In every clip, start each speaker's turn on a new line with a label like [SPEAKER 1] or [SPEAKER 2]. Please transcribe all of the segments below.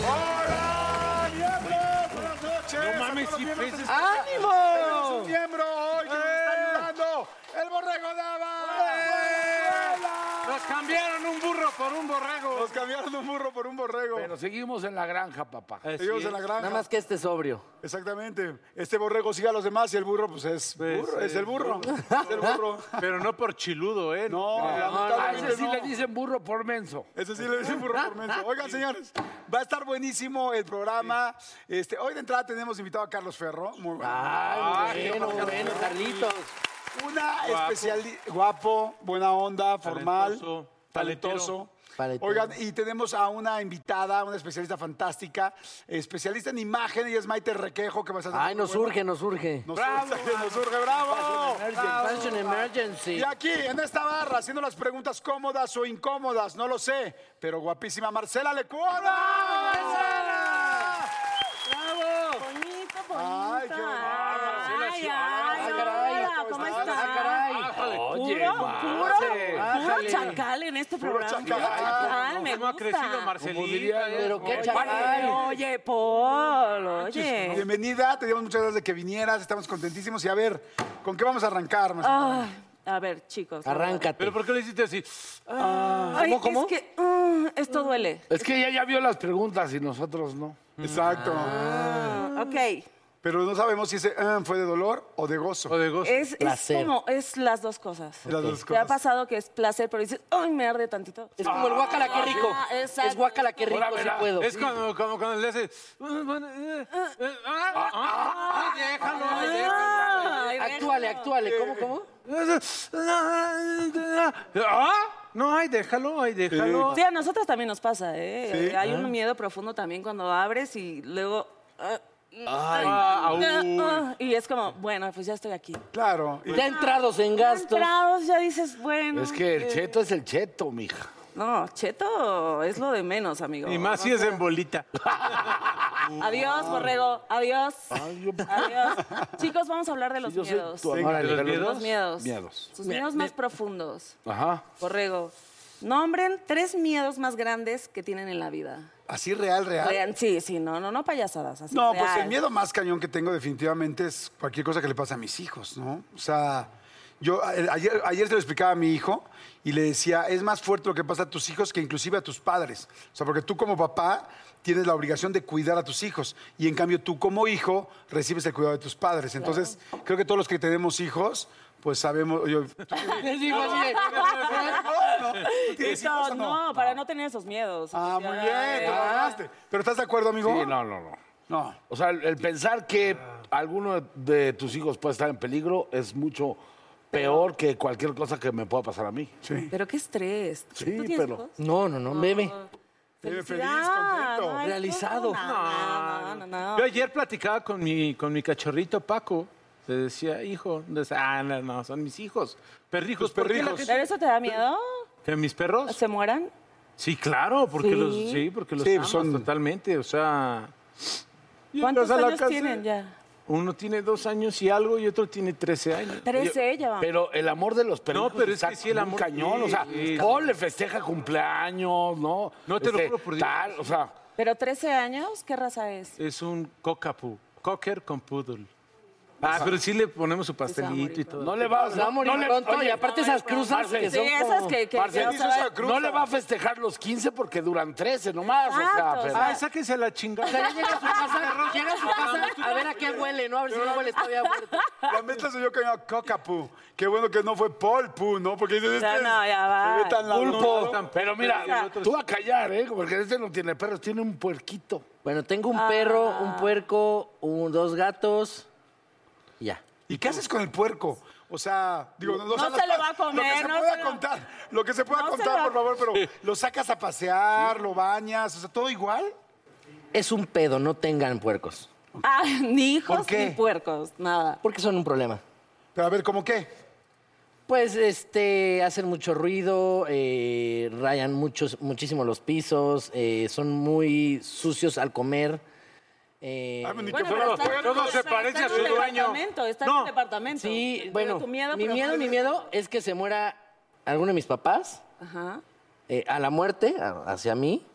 [SPEAKER 1] ¡Hola, miembros! Buenas noches.
[SPEAKER 2] No mames,
[SPEAKER 1] A todos los
[SPEAKER 2] sí,
[SPEAKER 1] miembros
[SPEAKER 2] pues,
[SPEAKER 1] que
[SPEAKER 2] es-
[SPEAKER 1] están-
[SPEAKER 2] ¡Ánimo!
[SPEAKER 1] Tenemos un miembro hoy que nos está ayudando. ¡El Borrego Nava! ¡Hola!
[SPEAKER 2] Nos cambiaron un burro por un borrego.
[SPEAKER 1] Eh. Nos cambiaron un burro por un borrego.
[SPEAKER 3] Pero seguimos en la granja, papá.
[SPEAKER 1] Seguimos en la granja.
[SPEAKER 2] Nada más que este sobrio.
[SPEAKER 1] Exactamente. Este borrego sigue a los demás y el burro, pues es. burro, es el burro. Es el burro.
[SPEAKER 2] Pero no por chiludo, ¿eh?
[SPEAKER 1] No,
[SPEAKER 3] A
[SPEAKER 1] lamentablemente
[SPEAKER 3] ese sí
[SPEAKER 1] no.
[SPEAKER 3] le dicen burro por menso.
[SPEAKER 1] Ese sí le dicen burro por menso. Oigan, señores, va a estar buenísimo el programa. Este, hoy de entrada tenemos invitado a Carlos Ferro. Muy bueno.
[SPEAKER 2] Ay,
[SPEAKER 3] bueno,
[SPEAKER 2] bueno, bueno, Carlitos.
[SPEAKER 1] Una especial guapo, buena onda, formal,
[SPEAKER 2] Talentoso,
[SPEAKER 1] talentoso.
[SPEAKER 2] paletero.
[SPEAKER 1] Oigan, y tenemos a una invitada, una especialista fantástica, especialista en imagen, y es Maite Requejo, que va a estar...
[SPEAKER 2] Ay, nos
[SPEAKER 1] muy buena.
[SPEAKER 2] surge, nos surge.
[SPEAKER 1] Nos surge, nos surge, bravo. Bravo.
[SPEAKER 2] Fashion emergency.
[SPEAKER 1] Y aquí, en esta barra, haciendo las preguntas cómodas o incómodas, no lo sé, pero guapísima Marcela Lecuona.
[SPEAKER 4] Bonito, bonito.
[SPEAKER 1] Ay, qué bárbaro.
[SPEAKER 4] Ay, ay, hola, ¿cómo estás?
[SPEAKER 2] Ah, caray.
[SPEAKER 3] Oye,
[SPEAKER 4] Puro, puro, puro
[SPEAKER 2] Ájale.
[SPEAKER 4] chacal en este
[SPEAKER 1] Puro
[SPEAKER 4] programa.
[SPEAKER 1] chacal.
[SPEAKER 4] chacal, me
[SPEAKER 2] ¿Cómo ha crecido
[SPEAKER 4] gusta.
[SPEAKER 2] Marcelita?
[SPEAKER 3] diría,
[SPEAKER 2] eh?
[SPEAKER 3] pero qué
[SPEAKER 2] Oye,
[SPEAKER 3] chacal.
[SPEAKER 4] Oye, Paul,
[SPEAKER 2] Ah,
[SPEAKER 4] oye.
[SPEAKER 1] Bienvenida, te dimos muchas gracias de que vinieras, estamos contentísimos. Y a ver, ¿con qué vamos a arrancar, Marcela?
[SPEAKER 4] Ah, a ver, chicos.
[SPEAKER 2] Arráncate.
[SPEAKER 3] ¿Pero por qué le hiciste así?
[SPEAKER 4] Ay, Es que mm, esto duele.
[SPEAKER 3] Es que ella ya vio las preguntas y nosotros no.
[SPEAKER 1] Exacto.
[SPEAKER 4] Ah, ok.
[SPEAKER 1] Pero no sabemos si ese "ah", fue de dolor o de gozo.
[SPEAKER 2] O de gozo.
[SPEAKER 4] Es, es
[SPEAKER 2] Placer.
[SPEAKER 4] como, es las dos cosas.
[SPEAKER 1] Las dos
[SPEAKER 4] ¿Te ha
[SPEAKER 1] cosas.
[SPEAKER 4] pasado que es placer, pero dices, ay, me arde tantito?
[SPEAKER 2] Es como el guacala, qué rico.
[SPEAKER 4] Ah, exacto.
[SPEAKER 2] Es guacala, qué rico,
[SPEAKER 3] Ahora
[SPEAKER 2] si
[SPEAKER 3] verá.
[SPEAKER 2] puedo.
[SPEAKER 5] Es cuando, como cuando le hace. eh, ah, Ay, ah, déjalo,
[SPEAKER 4] Ah,
[SPEAKER 5] ay,
[SPEAKER 4] Ay,
[SPEAKER 2] Actúale, actúale.
[SPEAKER 3] Eh,
[SPEAKER 2] ¿Cómo, cómo?
[SPEAKER 5] déjalo. Ah, No, ay, déjalo, ay, déjalo.
[SPEAKER 4] Sí, a nosotros también nos pasa, ¿eh? Hay
[SPEAKER 3] ah.
[SPEAKER 4] un miedo profundo también cuando abres y luego... ah, ah, ah, y es como, bueno, pues ya estoy aquí.
[SPEAKER 1] Claro.
[SPEAKER 3] eh,
[SPEAKER 1] Y-
[SPEAKER 2] Ya entrados en gastos.
[SPEAKER 4] Entrados, ya dices, bueno.
[SPEAKER 3] Es que el
[SPEAKER 4] eh,
[SPEAKER 3] cheto es el cheto, mija.
[SPEAKER 4] No, cheto es lo de menos, amigo.
[SPEAKER 5] Y más si es en bolita.
[SPEAKER 4] Adiós, borrego. Adiós. Adiós. Chicos, vamos a hablar de los
[SPEAKER 3] Yo soy
[SPEAKER 4] miedos.
[SPEAKER 3] tu
[SPEAKER 4] Los
[SPEAKER 3] amigo. Órale,
[SPEAKER 5] ¿Los
[SPEAKER 3] dale.
[SPEAKER 5] miedos?
[SPEAKER 4] miedos.
[SPEAKER 3] Miedos.
[SPEAKER 4] Sus miedos más profundos.
[SPEAKER 3] Ajá.
[SPEAKER 4] Borrego. Nombren tres miedos más grandes que tienen en la vida.
[SPEAKER 1] Así real, real.
[SPEAKER 4] Real- Sí, sí, no, no, no payasadas. así,
[SPEAKER 1] No, pues
[SPEAKER 4] real.
[SPEAKER 1] el miedo más cañón que tengo definitivamente es cualquier cosa que le pase a mis hijos, ¿no? O sea, yo a- ayer, ayer se lo explicaba a mi hijo y le decía, es más fuerte lo que pasa a tus hijos que inclusive a tus padres. O sea, porque tú como papá tienes la obligación de cuidar a tus hijos y en cambio tú como hijo recibes el cuidado de tus padres. Entonces, creo que todos los que tenemos hijos, pues sabemos... yo-
[SPEAKER 2] Les digo así de-
[SPEAKER 1] ¿Tienes hijos o
[SPEAKER 4] No,
[SPEAKER 1] no?
[SPEAKER 4] no, para no tener esos miedos.
[SPEAKER 1] Ah, muy bien, te lo
[SPEAKER 4] Ah,
[SPEAKER 1] ganaste. ¿Pero estás de acuerdo, amigo?
[SPEAKER 3] Sí, no, no, no.
[SPEAKER 1] No.
[SPEAKER 3] O sea, el el pensar que alguno de tus hijos puede estar en peligro es mucho peor que cualquier cosa que me pueda pasar a mí.
[SPEAKER 4] Pero qué estrés. ¿Tú
[SPEAKER 3] Sí,
[SPEAKER 4] tienes
[SPEAKER 3] pero-
[SPEAKER 4] hijos?
[SPEAKER 2] No, no, no, bebe.
[SPEAKER 1] Feliz,
[SPEAKER 4] Felicidad,
[SPEAKER 1] contento.
[SPEAKER 4] ay,
[SPEAKER 2] Realizado.
[SPEAKER 4] No, no, no, no,
[SPEAKER 5] Ah, Yo
[SPEAKER 4] no.
[SPEAKER 5] ayer platicaba con mi, con mi cachorrito Paco. Le decía, hijo. le decía, ah, no, no, son mis hijos. Perrijos, ¿por qué la gente-
[SPEAKER 4] ¿Pero eso te da miedo?
[SPEAKER 5] ¿Que mis
[SPEAKER 1] Pues,
[SPEAKER 5] perros?
[SPEAKER 4] ¿Se mueran?
[SPEAKER 5] Sí, claro, porque
[SPEAKER 4] Sí.
[SPEAKER 5] los, sí, porque los
[SPEAKER 1] Sí,
[SPEAKER 5] amas
[SPEAKER 1] son-
[SPEAKER 5] totalmente, o sea.
[SPEAKER 1] pues,
[SPEAKER 4] ¿Cuántos
[SPEAKER 5] Llegas a la
[SPEAKER 4] años
[SPEAKER 5] casa-
[SPEAKER 4] tienen ya?
[SPEAKER 5] Uno tiene dos años y algo y otro tiene 13 años.
[SPEAKER 4] Trece ella.
[SPEAKER 3] Pero el amor de los perrijos
[SPEAKER 5] No, pero es
[SPEAKER 3] está
[SPEAKER 5] que sí, el
[SPEAKER 3] como un
[SPEAKER 5] amor-
[SPEAKER 3] cañón, o sea,
[SPEAKER 5] sí, sí.
[SPEAKER 3] Paul le festeja cumpleaños, ¿no? Este,
[SPEAKER 5] No, te lo juro por Dios.
[SPEAKER 3] Tal, o sea,
[SPEAKER 4] Pero 13 años, ¿qué raza es?
[SPEAKER 5] Es un cockapoo, cocker con poodle. Ah, pero sí le ponemos su pastelito y todo.
[SPEAKER 3] no le va,
[SPEAKER 2] va a morir pronto, y aparte esas cruzas
[SPEAKER 3] Marce,
[SPEAKER 2] que
[SPEAKER 4] Sí,
[SPEAKER 2] son
[SPEAKER 4] esas
[SPEAKER 2] como-
[SPEAKER 4] que, que
[SPEAKER 3] Marce,
[SPEAKER 4] ya
[SPEAKER 3] dice
[SPEAKER 4] sabes-
[SPEAKER 1] esa cruz.
[SPEAKER 3] no le va a festejar los 15 porque duran 13 nomás,
[SPEAKER 4] Exacto,
[SPEAKER 3] o sea,
[SPEAKER 5] Ah,
[SPEAKER 3] pero-
[SPEAKER 5] sáquese la
[SPEAKER 2] O sea,
[SPEAKER 5] chingada.
[SPEAKER 2] ya llega a su casa, llega a su casa a ver a qué huele, ¿no? A ver si no huele todavía muerto.
[SPEAKER 1] La meta se vio que era Cockapoo. Qué bueno que no fue Paul Poo, ¿no? Porque dices,
[SPEAKER 4] Ya,
[SPEAKER 1] este
[SPEAKER 4] no, ya va.
[SPEAKER 1] se ve tan
[SPEAKER 5] Pulpo.
[SPEAKER 1] ladrón.
[SPEAKER 5] No, tampoco.
[SPEAKER 3] pero
[SPEAKER 5] El
[SPEAKER 3] mira,
[SPEAKER 5] otro-
[SPEAKER 3] tú a callar, ¿eh? Porque este no tiene perros, tiene un puerquito.
[SPEAKER 2] Bueno, tengo un perro,
[SPEAKER 4] Ah.
[SPEAKER 2] un puerco, un- dos gatos. y Ya.
[SPEAKER 1] ¿Y qué haces con el puerco? O sea, digo, no,
[SPEAKER 4] No
[SPEAKER 1] son
[SPEAKER 4] se
[SPEAKER 1] las
[SPEAKER 4] lo
[SPEAKER 1] pa-
[SPEAKER 4] va a comer,
[SPEAKER 1] Lo que se
[SPEAKER 4] no
[SPEAKER 1] pueda
[SPEAKER 4] se lo-
[SPEAKER 1] contar, lo que se pueda
[SPEAKER 4] No se
[SPEAKER 1] contar,
[SPEAKER 4] lo-
[SPEAKER 1] por favor, pero lo sacas a pasear, lo bañas, o sea, todo igual.
[SPEAKER 2] Es un pedo, no tengan puercos.
[SPEAKER 4] Ah, ni hijos
[SPEAKER 1] ¿Por qué?
[SPEAKER 4] ni puercos, nada.
[SPEAKER 2] Porque son un problema.
[SPEAKER 1] Pero a ver, ¿cómo qué?
[SPEAKER 2] Pues este, hacen mucho ruido, eh, rayan muchos, muchísimo los pisos, eh, son muy sucios al comer. eh,
[SPEAKER 1] Ay, ni
[SPEAKER 4] Bueno,
[SPEAKER 1] que
[SPEAKER 4] pero
[SPEAKER 1] fueran
[SPEAKER 4] está-
[SPEAKER 1] puercos.
[SPEAKER 4] está- está en un departamento, Está en un departamento.
[SPEAKER 2] sí,
[SPEAKER 4] Pero
[SPEAKER 2] bueno,
[SPEAKER 4] tu miedo,
[SPEAKER 2] mi
[SPEAKER 4] pero-
[SPEAKER 2] miedo, mi miedo es que se muera alguno de mis papás
[SPEAKER 4] Ajá.
[SPEAKER 2] eh, a la muerte, a- hacia mí,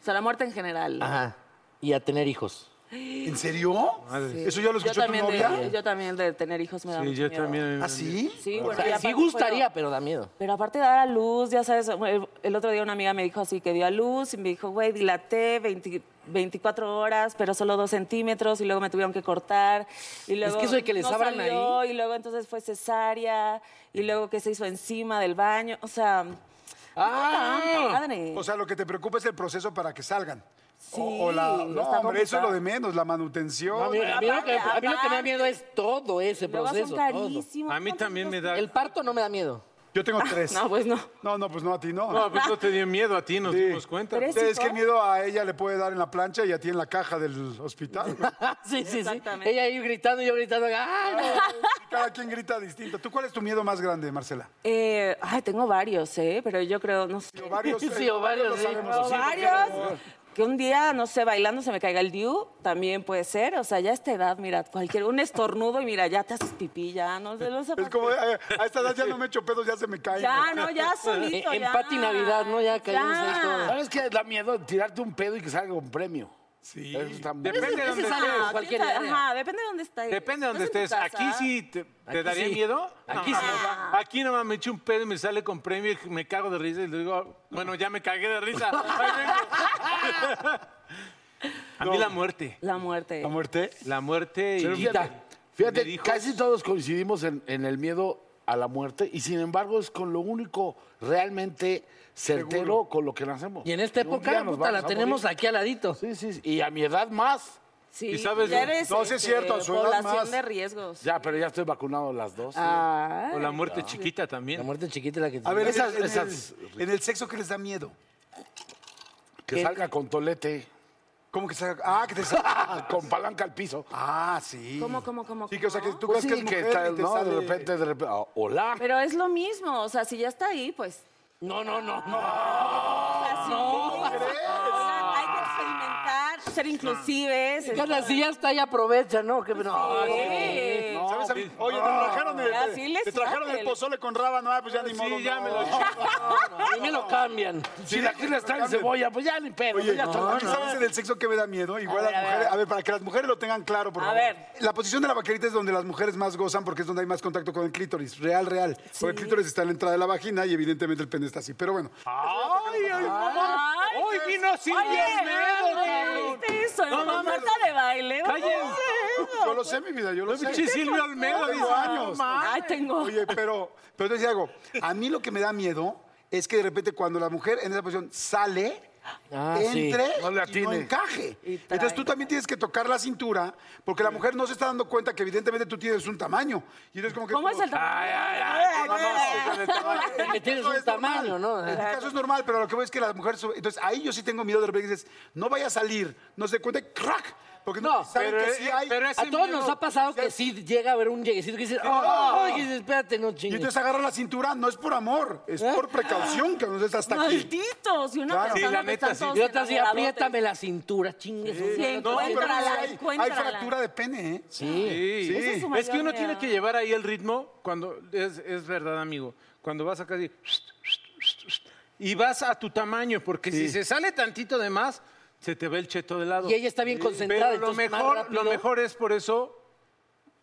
[SPEAKER 4] O sea, la muerte en general.
[SPEAKER 1] Ah.
[SPEAKER 2] ajá, y a tener hijos.
[SPEAKER 1] ¿En serio? ¿Eso ya lo
[SPEAKER 4] Eh, Yo
[SPEAKER 1] escuchó tu
[SPEAKER 4] también, de,
[SPEAKER 1] novia?
[SPEAKER 4] yo también de tener hijos me da
[SPEAKER 5] Sí,
[SPEAKER 4] mucho
[SPEAKER 5] yo
[SPEAKER 4] miedo.
[SPEAKER 5] también.
[SPEAKER 1] ¿Ah, sí?
[SPEAKER 4] Sí,
[SPEAKER 2] O
[SPEAKER 4] bueno,
[SPEAKER 2] sea,
[SPEAKER 4] y
[SPEAKER 2] sí
[SPEAKER 4] aparte
[SPEAKER 2] gustaría,
[SPEAKER 4] puedo-
[SPEAKER 2] pero da miedo.
[SPEAKER 4] Pero aparte de dar a luz, ya sabes, el, el otro día una amiga me dijo así, que dio a luz y me dijo, güey, dilaté 20 24 horas, pero solo dos centímetros y luego me tuvieron que cortar. Y luego
[SPEAKER 2] que eso de que les
[SPEAKER 4] no
[SPEAKER 2] abran
[SPEAKER 4] salió, Y luego entonces fue cesárea y luego que se hizo encima del baño. O sea, no está tan padre.
[SPEAKER 1] Ah. O sea, lo que te preocupa es el proceso para que salgan.
[SPEAKER 4] Sí,
[SPEAKER 1] o, o la, no, hombre, eso
[SPEAKER 4] está
[SPEAKER 1] es
[SPEAKER 4] complicado.
[SPEAKER 1] lo de menos, la manutención.
[SPEAKER 2] A mí, a mí lo, que, a mí lo que me da
[SPEAKER 4] aparte.
[SPEAKER 2] miedo es todo ese
[SPEAKER 4] luego
[SPEAKER 2] proceso.
[SPEAKER 4] son
[SPEAKER 2] todo.
[SPEAKER 4] carísimos.
[SPEAKER 5] A mí
[SPEAKER 4] ¿Cuántas
[SPEAKER 5] también me
[SPEAKER 4] cosas?
[SPEAKER 5] da.
[SPEAKER 2] El parto no me da miedo.
[SPEAKER 1] Yo tengo tres.
[SPEAKER 4] No, pues no.
[SPEAKER 1] No, no, pues no, a ti no.
[SPEAKER 5] No, pues no te dio miedo, a ti nos
[SPEAKER 1] Sí.
[SPEAKER 5] dimos cuenta.
[SPEAKER 4] Pero
[SPEAKER 1] es
[SPEAKER 4] es-
[SPEAKER 1] que el miedo a ella le puede dar en la plancha y a ti en la caja del hospital. güey.
[SPEAKER 2] Ah, sí, sí, sí.
[SPEAKER 4] Exactamente.
[SPEAKER 2] Ella ahí gritando, yo gritando. ¡ay, no!
[SPEAKER 1] Cada quien grita distinto. ¿Tú cuál es tu miedo más grande, Marcela?
[SPEAKER 4] Eh, ay, tengo varios, ¿eh? Pero yo creo, no sé.
[SPEAKER 1] Ovarios.
[SPEAKER 2] Sí, ovarios,
[SPEAKER 1] eh, lo
[SPEAKER 2] sí.
[SPEAKER 1] sabemos.
[SPEAKER 4] Pero varios. Que un día, no sé, bailando se me caiga el diu, tambier puede ser. O sea, ya a esta edad, mira, cualquier, un estornudo y mira, ya te haces pipí, ya, no sé, no sé.
[SPEAKER 1] Es como, eh, a esta edad ya no me echo pedos, ya se me caen.
[SPEAKER 4] Ya, no, ya solito,
[SPEAKER 2] En- en
[SPEAKER 4] ya.
[SPEAKER 2] Pati Navidad, ¿no? Ya caímos ahí todos.
[SPEAKER 3] ¿Sabes qué? Da miedo tirarte un pedo y que salga un premio.
[SPEAKER 1] Sí.
[SPEAKER 3] Eso está muy-
[SPEAKER 5] Depende de
[SPEAKER 4] Ese
[SPEAKER 5] dónde
[SPEAKER 4] es algo,
[SPEAKER 5] estés.
[SPEAKER 4] ¿quién
[SPEAKER 2] cualquier
[SPEAKER 4] sabe?
[SPEAKER 2] área.
[SPEAKER 4] Ajá, depende de dónde estés.
[SPEAKER 5] Depende de donde
[SPEAKER 4] No es en tu
[SPEAKER 5] estés.
[SPEAKER 4] casa.
[SPEAKER 5] Aquí sí te, te
[SPEAKER 2] Aquí
[SPEAKER 5] daría
[SPEAKER 2] sí.
[SPEAKER 5] miedo.
[SPEAKER 2] Aquí
[SPEAKER 5] no,
[SPEAKER 2] sí.
[SPEAKER 5] Aquí nomás me eché un pedo y me sale con premio y me cago de risa y le digo, bueno, ya me cagué de risa. Ahí vengo. A mí la muerte.
[SPEAKER 4] La muerte.
[SPEAKER 1] ¿La muerte?
[SPEAKER 5] La muerte y
[SPEAKER 3] Pero fíjate, fíjate,
[SPEAKER 5] tener hijos.
[SPEAKER 3] casi todos coincidimos en, en el miedo a la muerte y sin embargo es con lo único realmente certero con lo que nacemos.
[SPEAKER 2] Y en esta
[SPEAKER 3] Un día
[SPEAKER 2] época,
[SPEAKER 3] nos
[SPEAKER 2] puta,
[SPEAKER 3] vamos
[SPEAKER 2] la
[SPEAKER 3] a
[SPEAKER 2] tenemos
[SPEAKER 3] morir.
[SPEAKER 2] aquí al ladito.
[SPEAKER 3] Sí, sí, sí, y a mi edad más.
[SPEAKER 4] Sí,
[SPEAKER 5] ¿Y sabes
[SPEAKER 4] ya
[SPEAKER 5] dónde?
[SPEAKER 4] eres, este,
[SPEAKER 1] No, sí es cierto, a su edad
[SPEAKER 4] población
[SPEAKER 1] más.
[SPEAKER 4] de riesgos.
[SPEAKER 3] Ya, pero ya estoy vacunado a las dos.
[SPEAKER 4] Ah.
[SPEAKER 5] O la muerte chiquita
[SPEAKER 2] La
[SPEAKER 5] también.
[SPEAKER 2] muerte chiquita es la que te...
[SPEAKER 1] A ver,
[SPEAKER 3] Esas-
[SPEAKER 1] en el-
[SPEAKER 3] esas-
[SPEAKER 1] en el sexo, ¿qué les da miedo?
[SPEAKER 3] Que salga con tolete,
[SPEAKER 1] ¿Cómo que salga? Ah, que te salga.
[SPEAKER 3] con palanca al piso.
[SPEAKER 1] Ah, sí.
[SPEAKER 4] ¿Cómo, cómo, cómo,
[SPEAKER 1] Sí, que, o sea, que
[SPEAKER 4] cómo?
[SPEAKER 1] tú
[SPEAKER 3] Pues
[SPEAKER 1] crees que
[SPEAKER 3] sí,
[SPEAKER 1] es
[SPEAKER 3] que
[SPEAKER 1] mujer
[SPEAKER 3] tal,
[SPEAKER 1] y te
[SPEAKER 3] no,
[SPEAKER 1] sale...
[SPEAKER 3] de repente, de repente, ah, hola.
[SPEAKER 4] Pero es lo mismo, o sea, si ya está ahí, pues.
[SPEAKER 2] No, no, no. no.
[SPEAKER 4] o sea, sí. Oigan, hay que experimentar, ser inclusives. este,
[SPEAKER 2] Carla, si ya está ahí, aprovecha, ¿no? Que, no.
[SPEAKER 4] sí.
[SPEAKER 1] ¿Sabes? a mí? Oye, te trajeron el,
[SPEAKER 4] Ya, sí les
[SPEAKER 1] te trajeron
[SPEAKER 4] sale.
[SPEAKER 1] el pozole con rábano, ah, pues ya ni
[SPEAKER 5] Sí,
[SPEAKER 1] modo.
[SPEAKER 5] ya
[SPEAKER 1] no.
[SPEAKER 5] me lo
[SPEAKER 2] A mí me lo cambian.
[SPEAKER 3] si la que está en cebolla, pues ya ni pedo.
[SPEAKER 1] Oye,
[SPEAKER 3] ya está.
[SPEAKER 1] ¿a mí ¿sabes en el sexo que me da miedo? Igual
[SPEAKER 4] A ver,
[SPEAKER 1] las
[SPEAKER 4] a ver,
[SPEAKER 1] mujeres,
[SPEAKER 4] a ver.
[SPEAKER 1] a ver, para que las mujeres lo tengan claro, por
[SPEAKER 4] A
[SPEAKER 1] favor.
[SPEAKER 4] ver.
[SPEAKER 1] La posición de la vaquerita es donde las mujeres más gozan porque es donde hay más contacto con el clítoris, real, real. Porque el clítoris está en la entrada de la vagina y evidentemente el pene está así, pero bueno.
[SPEAKER 4] Ah.
[SPEAKER 5] ¡Ay, ay, mamá!
[SPEAKER 4] Ay,
[SPEAKER 5] ¡Hoy vino sin
[SPEAKER 4] Oye,
[SPEAKER 5] miedo,
[SPEAKER 4] ¿no
[SPEAKER 5] cabrón!
[SPEAKER 4] viste eso?
[SPEAKER 5] No,
[SPEAKER 4] No,
[SPEAKER 5] no,
[SPEAKER 4] falta de baile. ¿no?
[SPEAKER 5] ¡Cállense!
[SPEAKER 1] Yo lo sé, mi vida, yo lo
[SPEAKER 5] No,
[SPEAKER 1] sé.
[SPEAKER 5] pinche Silvio Almedo,
[SPEAKER 1] Tengo
[SPEAKER 5] dice,
[SPEAKER 1] años.
[SPEAKER 5] no mames.
[SPEAKER 4] Ay, tengo.
[SPEAKER 1] Oye, pero, pero te decía algo. A mí lo que me da miedo es que de repente cuando la mujer en esa posición sale,
[SPEAKER 2] Ah, sí.
[SPEAKER 1] entre
[SPEAKER 3] No le
[SPEAKER 1] y no
[SPEAKER 3] atine.
[SPEAKER 1] encaje.
[SPEAKER 4] Y trae.
[SPEAKER 1] Entonces tú también tienes que tocar la cintura porque la mujer no se está dando cuenta que evidentemente tú tienes un tamaño. Y eres como que
[SPEAKER 4] ¿Cómo es el tamaño?
[SPEAKER 2] Que tienes un tamaño, ¿no?
[SPEAKER 1] En este caso es normal, pero lo que voy es que las mujeres... sube- Entonces, ahí yo sí tengo miedo de repente dices, no vaya a salir, no se cuente, ¡crack! Porque no,
[SPEAKER 2] No,
[SPEAKER 1] saben
[SPEAKER 5] Pero,
[SPEAKER 1] que
[SPEAKER 5] eh,
[SPEAKER 1] sí hay...
[SPEAKER 5] pero
[SPEAKER 2] A
[SPEAKER 5] ese
[SPEAKER 2] todos
[SPEAKER 5] miedo-
[SPEAKER 2] nos ha pasado que sí llega a haber un lleguecito que dices, ¡ay! que dices, espérate, no
[SPEAKER 1] Y
[SPEAKER 2] chingues.
[SPEAKER 1] entonces agarra la cintura, no es por amor, es por precaución que no estás hasta aquí.
[SPEAKER 4] Malditos. Y una
[SPEAKER 1] Claro.
[SPEAKER 4] persona
[SPEAKER 5] Sí, la
[SPEAKER 4] que
[SPEAKER 5] neta, sí.
[SPEAKER 4] todos
[SPEAKER 2] Y otras sí,
[SPEAKER 4] enamoradotes.
[SPEAKER 2] apriétame la cintura, chingue. su
[SPEAKER 4] Sí,
[SPEAKER 2] madre.
[SPEAKER 1] No, pero
[SPEAKER 4] encuéntrala,
[SPEAKER 1] hay, hay
[SPEAKER 4] encuéntrala.
[SPEAKER 1] fractura de pene, ¿eh?
[SPEAKER 2] Sí.
[SPEAKER 5] Sí.
[SPEAKER 1] Esa es
[SPEAKER 4] su
[SPEAKER 5] es que
[SPEAKER 4] mayor
[SPEAKER 5] uno
[SPEAKER 4] miedo.
[SPEAKER 5] tiene que llevar ahí el ritmo cuando es, es verdad, amigo. Cuando vas acá y, y vas a tu tamaño, porque si se sale tantito de más, se te ve el cheto de lado.
[SPEAKER 2] Y ella está bien concentrada.
[SPEAKER 5] Pero lo
[SPEAKER 2] entonces, más
[SPEAKER 5] mejor,
[SPEAKER 2] rápido.
[SPEAKER 5] lo mejor es por eso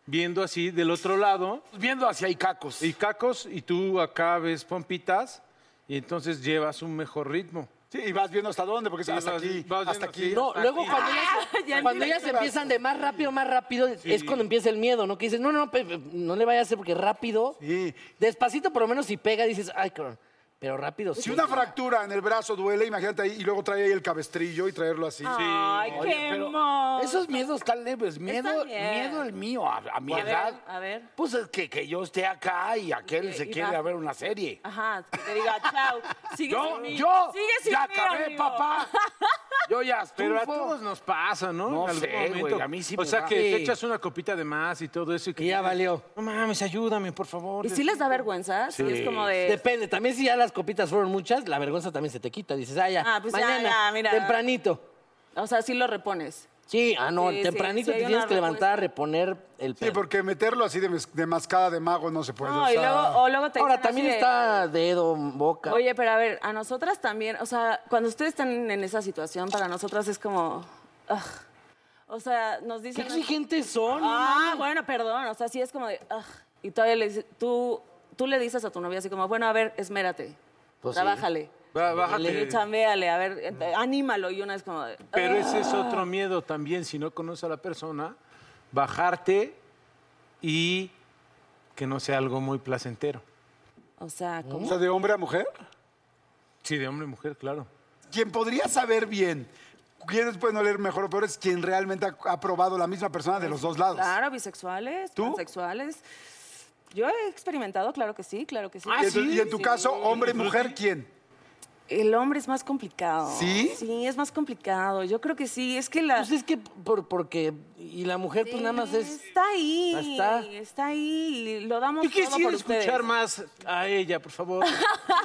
[SPEAKER 5] viendo así del otro lado
[SPEAKER 3] pues Viendo hacia Icacos.
[SPEAKER 5] y cacos y tú acá ves pompitas y entonces llevas un mejor ritmo.
[SPEAKER 1] Sí, y vas viendo hasta dónde, porque es
[SPEAKER 5] Sí,
[SPEAKER 1] hasta
[SPEAKER 5] vas-
[SPEAKER 1] aquí,
[SPEAKER 5] vas
[SPEAKER 1] hasta
[SPEAKER 5] viendo,
[SPEAKER 1] aquí.
[SPEAKER 5] sí.
[SPEAKER 2] No,
[SPEAKER 5] Aquí.
[SPEAKER 2] luego cuando
[SPEAKER 4] Ah.
[SPEAKER 2] ellas,
[SPEAKER 4] Ya
[SPEAKER 2] cuando
[SPEAKER 4] entendí.
[SPEAKER 2] ellas empiezan de más rápido, más rápido, es cuando empieza el miedo, ¿no? Que dices, no, no, pe- pe- no le vaya a hacer porque rápido.
[SPEAKER 1] Sí.
[SPEAKER 2] Despacito, por lo menos si pega, dices, ay, cabrón. Pero rápido.
[SPEAKER 1] Si
[SPEAKER 2] sí.
[SPEAKER 1] una fractura en el brazo duele, imagínate ahí, y luego trae ahí el cabestrillo y traerlo así.
[SPEAKER 4] Ay, qué hermoso.
[SPEAKER 3] Esos miedos tan leves. Miedo,
[SPEAKER 4] Están bien.
[SPEAKER 3] miedo el mío, a, a mi
[SPEAKER 4] A ver,
[SPEAKER 3] edad.
[SPEAKER 4] a ver.
[SPEAKER 3] Pues es que, que yo esté acá y aquel
[SPEAKER 4] que-
[SPEAKER 3] se
[SPEAKER 4] y
[SPEAKER 3] quiere
[SPEAKER 4] va.
[SPEAKER 3] a ver una serie.
[SPEAKER 4] Ajá, que te diga chao. Sigue
[SPEAKER 3] Yo,
[SPEAKER 4] sin mí.
[SPEAKER 3] yo,
[SPEAKER 4] Sigue sin
[SPEAKER 3] ya
[SPEAKER 4] mí,
[SPEAKER 3] acabé,
[SPEAKER 4] amigo.
[SPEAKER 3] papá. Yo ya estuve.
[SPEAKER 5] Pero a todos nos pasa, ¿no?
[SPEAKER 3] No
[SPEAKER 5] En algún
[SPEAKER 3] sé,
[SPEAKER 5] momento.
[SPEAKER 3] güey, a mí sí
[SPEAKER 5] O
[SPEAKER 3] me
[SPEAKER 5] sea,
[SPEAKER 3] da.
[SPEAKER 5] que
[SPEAKER 2] Sí.
[SPEAKER 5] te echas una copita de más y todo eso. Y que
[SPEAKER 2] Y ya valió.
[SPEAKER 5] No mames, ayúdame, por favor.
[SPEAKER 4] ¿Y si les da vergüenza? Sí. Es como de...
[SPEAKER 2] Depende, también si ya las copitas fueron muchas, la vergüenza también se te quita. Dices, ah, ya,
[SPEAKER 4] Ah, pues ya,
[SPEAKER 2] mañana,
[SPEAKER 4] ya, mira.
[SPEAKER 2] tempranito.
[SPEAKER 4] O sea, sí lo repones.
[SPEAKER 2] Sí, ah, no,
[SPEAKER 4] Sí, sí,
[SPEAKER 2] tempranito
[SPEAKER 4] sí hay
[SPEAKER 2] te
[SPEAKER 4] una
[SPEAKER 2] tienes que
[SPEAKER 4] respuesta.
[SPEAKER 2] levantar, reponer el
[SPEAKER 1] Sí,
[SPEAKER 2] pelo.
[SPEAKER 1] porque meterlo así de, mez- de mascada de mago no se puede.
[SPEAKER 4] No,
[SPEAKER 1] o
[SPEAKER 4] y
[SPEAKER 1] sea,
[SPEAKER 4] luego, o luego te
[SPEAKER 2] Pues, Ahora,
[SPEAKER 4] dicen así
[SPEAKER 2] también
[SPEAKER 4] de,
[SPEAKER 2] está dedo, boca.
[SPEAKER 4] Oye, pero a ver, a nosotras también, o sea, cuando ustedes están en esa situación, para nosotras es como... "Ugh". O sea, nos
[SPEAKER 2] ¿Qué
[SPEAKER 4] dicen...
[SPEAKER 2] exigentes son?
[SPEAKER 4] Ah, bueno, perdón. O sea, sí es como de. "Ugh". Y todavía le dices- tú, tú le dices a tu novia así como, bueno, a ver, esmérate.
[SPEAKER 2] Pues sí.
[SPEAKER 4] trabájale.
[SPEAKER 5] Va- bájate.
[SPEAKER 4] Y chambéale, a ver, ent- anímalo. Y una es como. de,
[SPEAKER 5] Pero
[SPEAKER 4] "Ugh".
[SPEAKER 5] ese es
[SPEAKER 2] ah.
[SPEAKER 5] otro miedo también, si no conoces a la persona, bajarte y que no sea algo muy placentero.
[SPEAKER 4] O sea,
[SPEAKER 1] O
[SPEAKER 4] como.
[SPEAKER 1] sea, de hombre a mujer.
[SPEAKER 5] Sí, de hombre y mujer, claro.
[SPEAKER 1] Quien podría saber bien, quienes pueden oler mejor o peor, es quien realmente ha, ha probado la misma persona de los dos lados.
[SPEAKER 4] Claro, bisexuales,
[SPEAKER 1] Pues, ¿Tú?
[SPEAKER 4] transexuales. Yo he experimentado, claro que sí, claro que Ah, sí.
[SPEAKER 1] y, en tu- y en tu caso, hombre y mujer, ¿quién?
[SPEAKER 4] El hombre es más complicado.
[SPEAKER 1] ¿Sí?
[SPEAKER 4] Sí, es más complicado. Yo creo que sí. Es que la.
[SPEAKER 2] Pues es que por, porque. Y la mujer, pues nada más es.
[SPEAKER 4] Está ahí.
[SPEAKER 2] Ahí está.
[SPEAKER 4] Está ahí. Lo damos
[SPEAKER 5] Yo
[SPEAKER 4] todo
[SPEAKER 5] quisiera
[SPEAKER 4] por
[SPEAKER 5] escuchar
[SPEAKER 4] ustedes.
[SPEAKER 5] más a ella, por favor.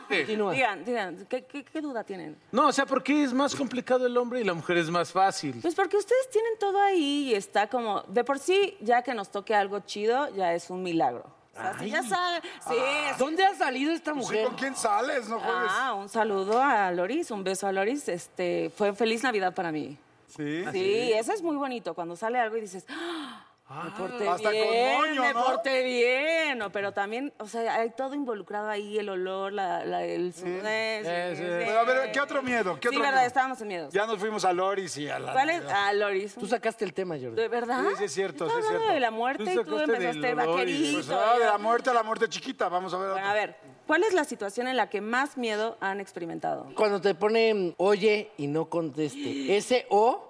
[SPEAKER 2] Continúa.
[SPEAKER 4] Digan, digan, ¿qué- qué- qué duda tienen?
[SPEAKER 5] No, o sea, ¿por qué es más complicado el hombre y la mujer es más fácil?
[SPEAKER 4] Pues porque ustedes tienen todo ahí y está como, de por sí, ya que nos toque algo chido, ya es un milagro. O sea, si ya saben, sí.
[SPEAKER 1] Ah.
[SPEAKER 4] sí.
[SPEAKER 2] ¿Dónde ha salido esta
[SPEAKER 1] Pues sí,
[SPEAKER 2] mujer?
[SPEAKER 1] ¿Con quién sales? No juegues.
[SPEAKER 4] Ah, un saludo a Loris, un beso a Loris. Este, fue feliz Navidad para mí.
[SPEAKER 1] Sí.
[SPEAKER 4] Sí, eso es muy bonito cuando sale algo y dices, ¡Ah! me porté
[SPEAKER 1] hasta con
[SPEAKER 4] bien,
[SPEAKER 1] moño,
[SPEAKER 4] me
[SPEAKER 1] ¿no?
[SPEAKER 4] porté bien. No, pero también, o sea, hay todo involucrado ahí, el olor, la, la- el sudor.
[SPEAKER 5] sí.
[SPEAKER 1] Pero a ver, ¿qué otro miedo? ¿Qué
[SPEAKER 4] sí,
[SPEAKER 1] otro
[SPEAKER 4] verdad,
[SPEAKER 1] miedo?
[SPEAKER 4] estábamos en miedos.
[SPEAKER 1] Ya nos fuimos a Loris y a la.
[SPEAKER 4] ¿Cuál es? A Loris.
[SPEAKER 2] Tú sacaste el tema, Jordi.
[SPEAKER 4] ¿De verdad?
[SPEAKER 1] Sí, sí es cierto,
[SPEAKER 4] Yo estaba
[SPEAKER 1] sí es
[SPEAKER 4] hablando
[SPEAKER 1] cierto.
[SPEAKER 4] de la muerte
[SPEAKER 5] Tú
[SPEAKER 4] y tú
[SPEAKER 5] sacaste del
[SPEAKER 4] empezaste
[SPEAKER 5] dolor y-
[SPEAKER 4] vaquerito.
[SPEAKER 1] Pues, ah, de la muerte a la muerte chiquita. Vamos a ver.
[SPEAKER 4] Bueno,
[SPEAKER 1] otro.
[SPEAKER 4] a ver, ¿cuál es la situación en la que más miedo han experimentado?
[SPEAKER 2] Cuando te ponen oye y no conteste. Ese o,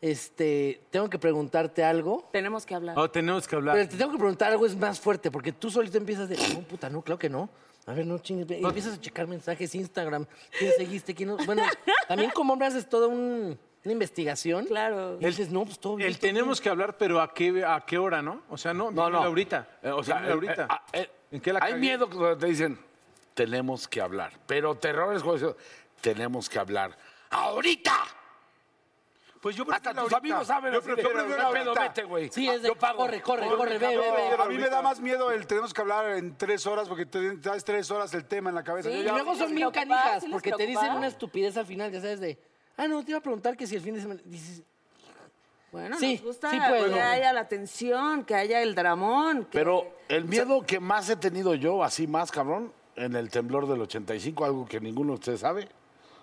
[SPEAKER 2] este, tengo que preguntarte algo.
[SPEAKER 4] Tenemos que hablar.
[SPEAKER 5] Oh, tenemos que
[SPEAKER 2] Pero
[SPEAKER 5] hablar.
[SPEAKER 2] te tengo que preguntar algo es más fuerte, porque tú solito empiezas de, no, puta, no, claro que no. A ver, no chingues. Y empiezas a checar mensajes, Instagram, quién seguiste, quién no. Bueno, también como hombre haces toda un- una investigación.
[SPEAKER 4] Claro.
[SPEAKER 2] Y dices, no, pues todo bien,
[SPEAKER 5] El
[SPEAKER 2] todo bien".
[SPEAKER 5] tenemos que hablar, pero ¿a qué, a qué hora, no? O sea, no,
[SPEAKER 3] No, no.
[SPEAKER 5] ahorita.
[SPEAKER 3] Eh, o sea,
[SPEAKER 5] Dímelo ahorita.
[SPEAKER 3] eh, eh, eh,
[SPEAKER 5] ¿En qué la
[SPEAKER 3] hay
[SPEAKER 5] cagué?
[SPEAKER 3] miedo cuando te dicen, tenemos que hablar. Pero terrores, tenemos que hablar. ¡Ahorita!
[SPEAKER 1] Pues yo
[SPEAKER 3] Hasta
[SPEAKER 1] prefiero
[SPEAKER 3] tus
[SPEAKER 1] ahorita.
[SPEAKER 3] amigos saben.
[SPEAKER 1] Yo
[SPEAKER 3] así de,
[SPEAKER 1] prefiero
[SPEAKER 3] "No hay
[SPEAKER 1] ahorita".
[SPEAKER 3] pedo, vete, güey.
[SPEAKER 2] Sí, es de,
[SPEAKER 3] Yo pago.
[SPEAKER 2] corre, corre, corre, ve, ve, ve.
[SPEAKER 1] No, a mí me da más miedo el tenemos que hablar en tres horas porque te traes tres horas el tema en la cabeza.
[SPEAKER 4] Sí,
[SPEAKER 1] Yo
[SPEAKER 2] Y
[SPEAKER 1] ya-
[SPEAKER 2] luego
[SPEAKER 4] ¿Sí
[SPEAKER 2] son
[SPEAKER 4] les
[SPEAKER 2] bien
[SPEAKER 4] preocupa?
[SPEAKER 2] canijas,
[SPEAKER 4] ¿Sí les
[SPEAKER 2] porque te
[SPEAKER 4] preocupa?
[SPEAKER 2] dicen una estupidez al final, ya sabes, de, ah, no, te iba a preguntar que si el fin de semana. Dices,
[SPEAKER 4] Bueno,
[SPEAKER 2] Sí,
[SPEAKER 4] nos gusta
[SPEAKER 2] sí puedo.
[SPEAKER 4] que haya la tensión, que haya el dramón. que-
[SPEAKER 3] Pero el miedo que más he tenido yo, así más, cabrón, en el temblor del 85, algo que ninguno de ustedes sabe,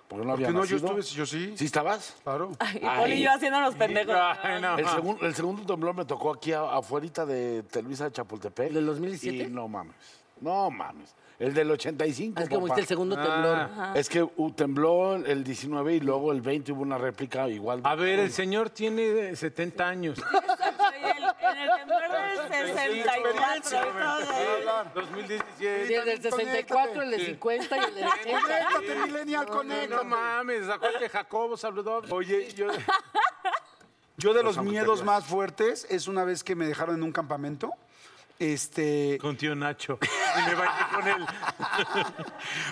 [SPEAKER 3] porque no había
[SPEAKER 1] no, yo
[SPEAKER 3] nacido.
[SPEAKER 1] estuve, yo sí.
[SPEAKER 3] ¿Sí estabas?
[SPEAKER 1] Claro.
[SPEAKER 4] Y Paul y yo haciéndonos pendejos.
[SPEAKER 5] Ay, no.
[SPEAKER 3] El, segun- el segundo temblor me tocó aquí a- afuerita de Televisa de Chapultepec.
[SPEAKER 2] ¿Del 2007?
[SPEAKER 3] Y no mames, no mames. El del 85,
[SPEAKER 2] ah, es que como
[SPEAKER 3] papá.
[SPEAKER 2] viste el segundo temblor.
[SPEAKER 1] Ah.
[SPEAKER 3] Es que uh, tembló el 19 y luego el 20 hubo una réplica igual.
[SPEAKER 5] A ver, el señor tiene 70 años.
[SPEAKER 4] Soy el- en el temblor del 64. y todo.
[SPEAKER 5] 2017.
[SPEAKER 2] Sí, el del 64, el de
[SPEAKER 5] Sí.
[SPEAKER 2] 50 y el de 80.
[SPEAKER 1] Conéctate, Millennial,
[SPEAKER 5] No
[SPEAKER 1] conéctate.
[SPEAKER 5] mames, acuérdate, Jacobo Saludov.
[SPEAKER 1] Oye, yo, yo de los miedos más fuertes es una vez que me dejaron en un campamento. Este,
[SPEAKER 5] Con tío Nacho. Y me bañé con él.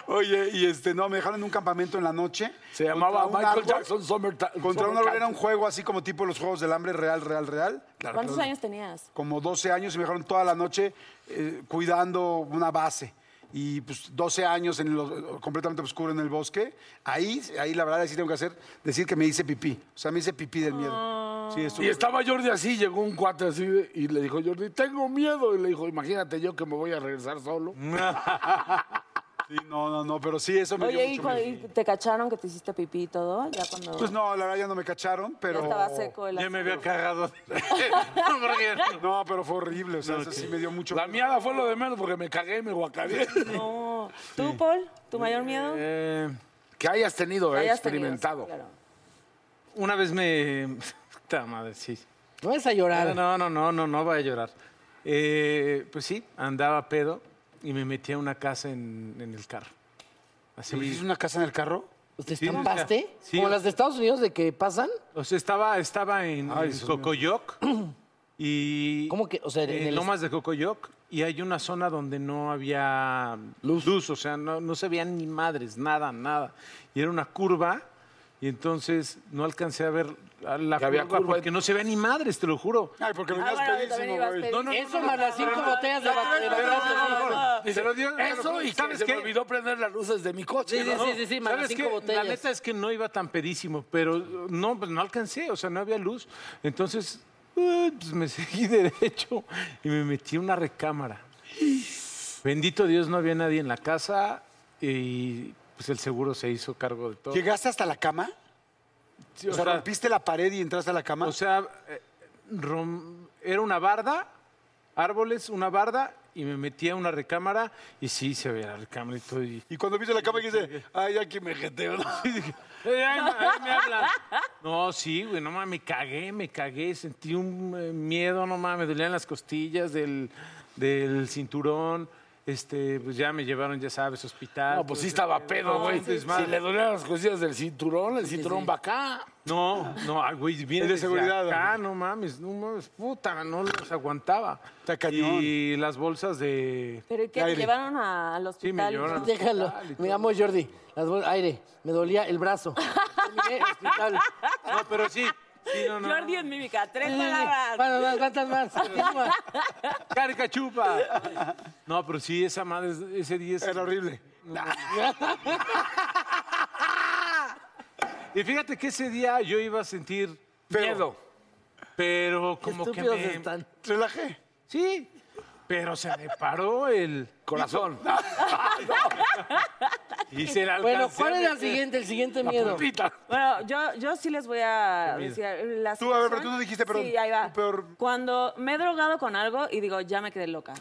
[SPEAKER 1] oye, y este, no, me dejaron en un campamento en la noche.
[SPEAKER 3] Se llamaba
[SPEAKER 1] Contra un
[SPEAKER 3] Michael
[SPEAKER 1] árbol.
[SPEAKER 3] Jackson Summertime.
[SPEAKER 1] Contra un árbol era un juego así como tipo los juegos del hambre real, real, real. Claro,
[SPEAKER 4] ¿Cuántos
[SPEAKER 1] claro.
[SPEAKER 4] años tenías?
[SPEAKER 1] Como 12 años y me dejaron toda la noche eh, cuidando una base. Y pues 12 años en lo- completamente oscuro en el bosque. Ahí, ahí la verdad, sí tengo que hacer, decir que me hice pipí. O sea, me hice pipí del miedo.
[SPEAKER 4] Ah.
[SPEAKER 1] Sí, estuvo-
[SPEAKER 3] Y estaba Jordi así, llegó un cuate así de- y le dijo, Jordi, tengo miedo. Y le dijo, imagínate yo que me voy a regresar solo.
[SPEAKER 1] sí, no, no, no, pero sí, eso me
[SPEAKER 4] Oye,
[SPEAKER 1] dio
[SPEAKER 4] ¿y,
[SPEAKER 1] mucho
[SPEAKER 4] cu-
[SPEAKER 1] miedo.
[SPEAKER 4] y te cacharon que te hiciste pipí y todo? Ya cuando
[SPEAKER 1] Pues
[SPEAKER 4] ya
[SPEAKER 1] no, la verdad ya no me cacharon, pero...
[SPEAKER 4] estaba seco el
[SPEAKER 5] Ya me había
[SPEAKER 4] asunto.
[SPEAKER 5] cagado. No, porque-
[SPEAKER 1] No, pero fue horrible, o sea, eso sí me dio mucho
[SPEAKER 3] La miada fue lo de menos porque me cagué y me guacareé.
[SPEAKER 4] No. ¿Tú, Paul? ¿Tu mayor miedo?
[SPEAKER 5] Eh,
[SPEAKER 3] que hayas tenido, eh,
[SPEAKER 4] Hayas tenido,
[SPEAKER 3] experimentado.
[SPEAKER 4] claro.
[SPEAKER 5] una vez me... Puta madre, sí.
[SPEAKER 2] No vas a llorar.
[SPEAKER 5] No, no, no, no, no voy a llorar. Eh, pues sí, andaba pedo y me metí a una casa en, en el carro. Así.
[SPEAKER 1] ¿Hiciste una casa en el carro?
[SPEAKER 2] ¿Te
[SPEAKER 5] Sí,
[SPEAKER 2] estampaste?
[SPEAKER 5] o sea, sí,
[SPEAKER 2] ¿Como
[SPEAKER 5] o-
[SPEAKER 2] las de Estados Unidos de que pasan?
[SPEAKER 5] O sea, estaba, estaba en, en Cocoyoc y...
[SPEAKER 2] ¿Cómo que? O sea, en
[SPEAKER 5] en
[SPEAKER 2] el-
[SPEAKER 5] Lomas de Cocoyoc y hay una zona donde no había luz, o sea, no, no se veían ni madres, nada, nada. Y era una curva y entonces no alcancé a ver a la
[SPEAKER 3] Que
[SPEAKER 5] curva,
[SPEAKER 3] había curva.
[SPEAKER 5] porque no se veían ni madres, te lo juro.
[SPEAKER 1] Ay, porque
[SPEAKER 4] Ah,
[SPEAKER 1] venías
[SPEAKER 4] bueno, también
[SPEAKER 1] pedísimo,
[SPEAKER 4] ibas
[SPEAKER 1] güey.
[SPEAKER 4] pedísimo.
[SPEAKER 2] Eso más las cinco botellas de va- de
[SPEAKER 5] Pero,
[SPEAKER 2] Bacardi.
[SPEAKER 5] no, no, no, no. Te lo digo, te lo
[SPEAKER 3] Eso
[SPEAKER 5] juro.
[SPEAKER 3] y que
[SPEAKER 5] ¿sabes
[SPEAKER 3] se
[SPEAKER 5] qué?
[SPEAKER 3] me olvidó prender las luces de mi
[SPEAKER 2] Sí,
[SPEAKER 3] coche.
[SPEAKER 2] sí,
[SPEAKER 3] ¿no?
[SPEAKER 2] sí, sí, sí, más las
[SPEAKER 5] ¿Sabes
[SPEAKER 2] cinco
[SPEAKER 5] qué?
[SPEAKER 2] botellas.
[SPEAKER 5] La neta es que no iba tan pedísimo, pero no, pues no alcancé, o sea, no había luz. Entonces, eh, pues me seguí derecho y me metí a una recámara. Bendito Dios, no había nadie en la casa y pues el seguro se hizo cargo de todo.
[SPEAKER 1] ¿Llegaste hasta la cama?
[SPEAKER 5] Sí, o
[SPEAKER 1] O sea,
[SPEAKER 5] sea,
[SPEAKER 1] rompiste la pared y entraste a la cama.
[SPEAKER 5] o sea, eh, rom- era una barda, árboles, una barda, y me metí a una recámara y sí, se veía la recámara y todo. y-
[SPEAKER 1] y cuando viste la cama dijiste, ay, aquí me jeteo.
[SPEAKER 5] Eh, ahí me- ahí me hablan. No, sí, güey, no mames, me cagué, me cagué, sentí un eh, miedo, no mames, me dolían las costillas del, del cinturón. Este, pues ya me llevaron, ya sabes, hospital.
[SPEAKER 3] No, pues sí
[SPEAKER 5] todo ese
[SPEAKER 3] estaba
[SPEAKER 5] No,
[SPEAKER 3] pedo, güey.
[SPEAKER 5] un desmadre.
[SPEAKER 3] si le dolían las cosillas del cinturón, el cinturón va acá.
[SPEAKER 5] No, no, ay, güey, viene
[SPEAKER 1] El de
[SPEAKER 5] desde
[SPEAKER 1] seguridad,
[SPEAKER 5] acá, no mames, no mames, puta, no los aguantaba.
[SPEAKER 1] Está cañón.
[SPEAKER 5] Y las bolsas de...
[SPEAKER 4] ¿Pero ¿y qué? ¿Te
[SPEAKER 1] Aire.
[SPEAKER 4] llevaron a- al
[SPEAKER 5] Sí, me
[SPEAKER 4] hospital?
[SPEAKER 5] lloran.
[SPEAKER 2] Déjalo.
[SPEAKER 5] Hospital y
[SPEAKER 2] Me
[SPEAKER 5] todo.
[SPEAKER 2] llamó Jordi. Las bol- Aire. Me dolía el brazo. Terminé hospital.
[SPEAKER 5] No, pero sí, sí, no, no.
[SPEAKER 4] Jordi en mímica, tres
[SPEAKER 2] Sí, sí, sí.
[SPEAKER 4] palabras.
[SPEAKER 2] ¿Cuántas más? ¿Cuántas más? Continúa.
[SPEAKER 5] Carca chupa. No, pero sí, esa madre, ese día... es-
[SPEAKER 1] Era horrible.
[SPEAKER 5] Y fíjate que ese día yo iba a sentir miedo. Pero
[SPEAKER 2] Qué
[SPEAKER 5] como que
[SPEAKER 2] estúpidos
[SPEAKER 5] me-
[SPEAKER 2] están.
[SPEAKER 1] Relajé.
[SPEAKER 5] Sí, pero se me paró el corazón. Y se la
[SPEAKER 2] Bueno,
[SPEAKER 5] alcancé
[SPEAKER 2] ¿cuál
[SPEAKER 5] a
[SPEAKER 2] es el
[SPEAKER 5] meter.
[SPEAKER 2] siguiente? El siguiente miedo.
[SPEAKER 4] Bueno, yo, yo sí les voy a decir. la
[SPEAKER 1] Tú, a ver,
[SPEAKER 4] situación-
[SPEAKER 1] pero tú no dijiste, perdón,
[SPEAKER 4] Sí, ahí va.
[SPEAKER 1] tu peor-
[SPEAKER 4] Cuando me he drogado con algo y digo, ya me quedé loca.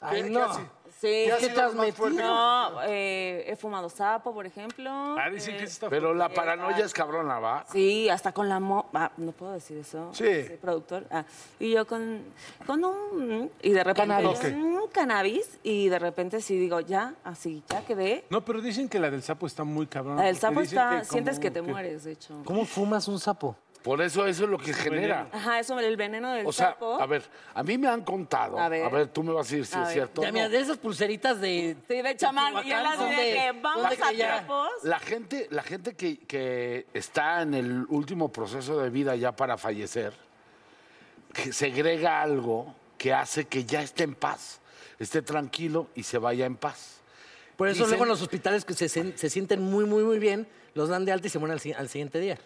[SPEAKER 2] Ay,
[SPEAKER 1] ¿Qué-
[SPEAKER 2] no.
[SPEAKER 1] qué haces?
[SPEAKER 4] Sí.
[SPEAKER 2] ¿Qué
[SPEAKER 1] ha sido
[SPEAKER 2] te has
[SPEAKER 1] lo más fuerte?
[SPEAKER 2] metido?
[SPEAKER 4] No, eh, he fumado sapo, por ejemplo. Eh,
[SPEAKER 5] Ah, dicen que está
[SPEAKER 3] Pero la paranoia es cabrona, ¿va?
[SPEAKER 4] Sí, hasta con la mo... ah, no puedo decir eso.
[SPEAKER 1] Sí.
[SPEAKER 4] productor. Ah, y yo con, con un... Y de repente...
[SPEAKER 2] Cannabis.
[SPEAKER 1] Ok.
[SPEAKER 4] Un cannabis. Y de repente sí digo, ya, así, ya quedé.
[SPEAKER 5] No, pero dicen que la del sapo está muy cabrón.
[SPEAKER 4] El
[SPEAKER 5] porque
[SPEAKER 4] sapo
[SPEAKER 5] Ah, dicen
[SPEAKER 4] está...
[SPEAKER 5] como
[SPEAKER 4] sientes que te mueres, de hecho.
[SPEAKER 2] ¿Cómo fumas un sapo?
[SPEAKER 3] Por eso eso es lo que genera.
[SPEAKER 4] Ajá, eso, el veneno del
[SPEAKER 3] O sea,
[SPEAKER 4] sapo.
[SPEAKER 3] a ver, a mí me han contado. A
[SPEAKER 4] A
[SPEAKER 3] ver,
[SPEAKER 4] ver.
[SPEAKER 3] tú me vas a decir si
[SPEAKER 4] A
[SPEAKER 3] es
[SPEAKER 4] ver.
[SPEAKER 3] cierto. o
[SPEAKER 2] Ya, mira,
[SPEAKER 3] no.
[SPEAKER 2] de esas pulseritas de.
[SPEAKER 4] Sí, de chamán. Y él
[SPEAKER 2] Teotihuacán,
[SPEAKER 4] así de
[SPEAKER 2] ¿dónde-
[SPEAKER 4] que
[SPEAKER 2] dónde
[SPEAKER 4] vamos
[SPEAKER 2] que
[SPEAKER 4] a
[SPEAKER 2] ya?
[SPEAKER 4] trapos.
[SPEAKER 3] La gente, la gente que, que está en el último proceso de vida ya para fallecer, que segrega algo que hace que ya esté en paz, esté tranquilo y se vaya en paz.
[SPEAKER 2] Por eso
[SPEAKER 3] Dicen-
[SPEAKER 2] luego en los hospitales que se, sen- se sienten muy, muy, muy bien, los dan de alta y se mueren al, si- al siguiente día.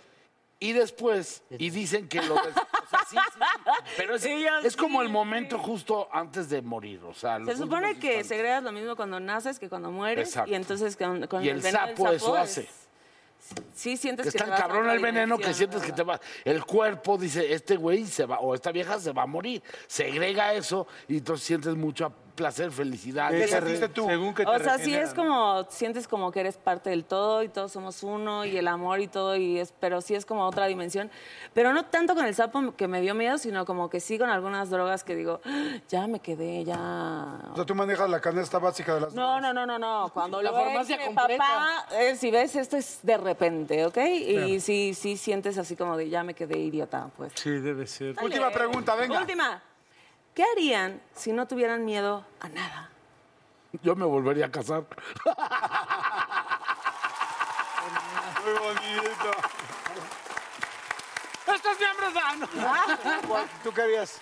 [SPEAKER 3] Y después, y dicen que lo... des- o sea, sí, sí, sí, pero es,
[SPEAKER 4] Sí, yo
[SPEAKER 3] es como
[SPEAKER 4] sí,
[SPEAKER 3] el momento justo antes de morir, o sea...
[SPEAKER 4] Se
[SPEAKER 3] los
[SPEAKER 4] supone
[SPEAKER 3] últimos
[SPEAKER 4] que
[SPEAKER 3] instantes.
[SPEAKER 4] segregas lo mismo cuando naces que cuando mueres.
[SPEAKER 3] Exacto.
[SPEAKER 4] Y entonces con, con
[SPEAKER 3] Y el
[SPEAKER 4] veneno del
[SPEAKER 3] sapo eso hace.
[SPEAKER 4] Sí, sientes
[SPEAKER 3] Que
[SPEAKER 4] que,
[SPEAKER 3] es tan
[SPEAKER 4] te vas a
[SPEAKER 3] cabrón
[SPEAKER 4] otra
[SPEAKER 3] el veneno que
[SPEAKER 4] dimensión,
[SPEAKER 3] sientes que te va. El cuerpo dice, este güey se va, o esta vieja se va a morir. Segrega eso y entonces sientes mucho placer, felicidad.
[SPEAKER 1] ¿Qué
[SPEAKER 3] Ese-
[SPEAKER 1] sentiste tú?
[SPEAKER 5] Según que te
[SPEAKER 4] O sea, sí
[SPEAKER 5] regenera,
[SPEAKER 4] es
[SPEAKER 5] ¿no?
[SPEAKER 4] como, sientes como que eres parte del todo y todos somos uno y el amor y todo, y es, pero sí es como otra dimensión. Pero no tanto con el sapo que me dio miedo, sino como que sí con algunas drogas que digo, "Ah, ya me quedé, ya.
[SPEAKER 1] O sea, tú manejas la canasta básica de las...
[SPEAKER 4] No, no, no, no, no. Cuando
[SPEAKER 2] La
[SPEAKER 4] lo
[SPEAKER 2] farmacia
[SPEAKER 4] ves, mi
[SPEAKER 2] completa.
[SPEAKER 4] papá, eh, si ves, esto es de repente, ¿ok? Y sí, sí sientes así como de ya me quedé idiota, pues.
[SPEAKER 5] Sí, debe ser.
[SPEAKER 4] Dale.
[SPEAKER 1] Última pregunta, venga.
[SPEAKER 4] Última. ¿Qué harían si no tuvieran miedo a nada?
[SPEAKER 3] Yo me volvería a casar.
[SPEAKER 1] Muy bonito.
[SPEAKER 5] ¡Estos miembros
[SPEAKER 1] ah,
[SPEAKER 5] dan!
[SPEAKER 1] ¿Tú qué harías?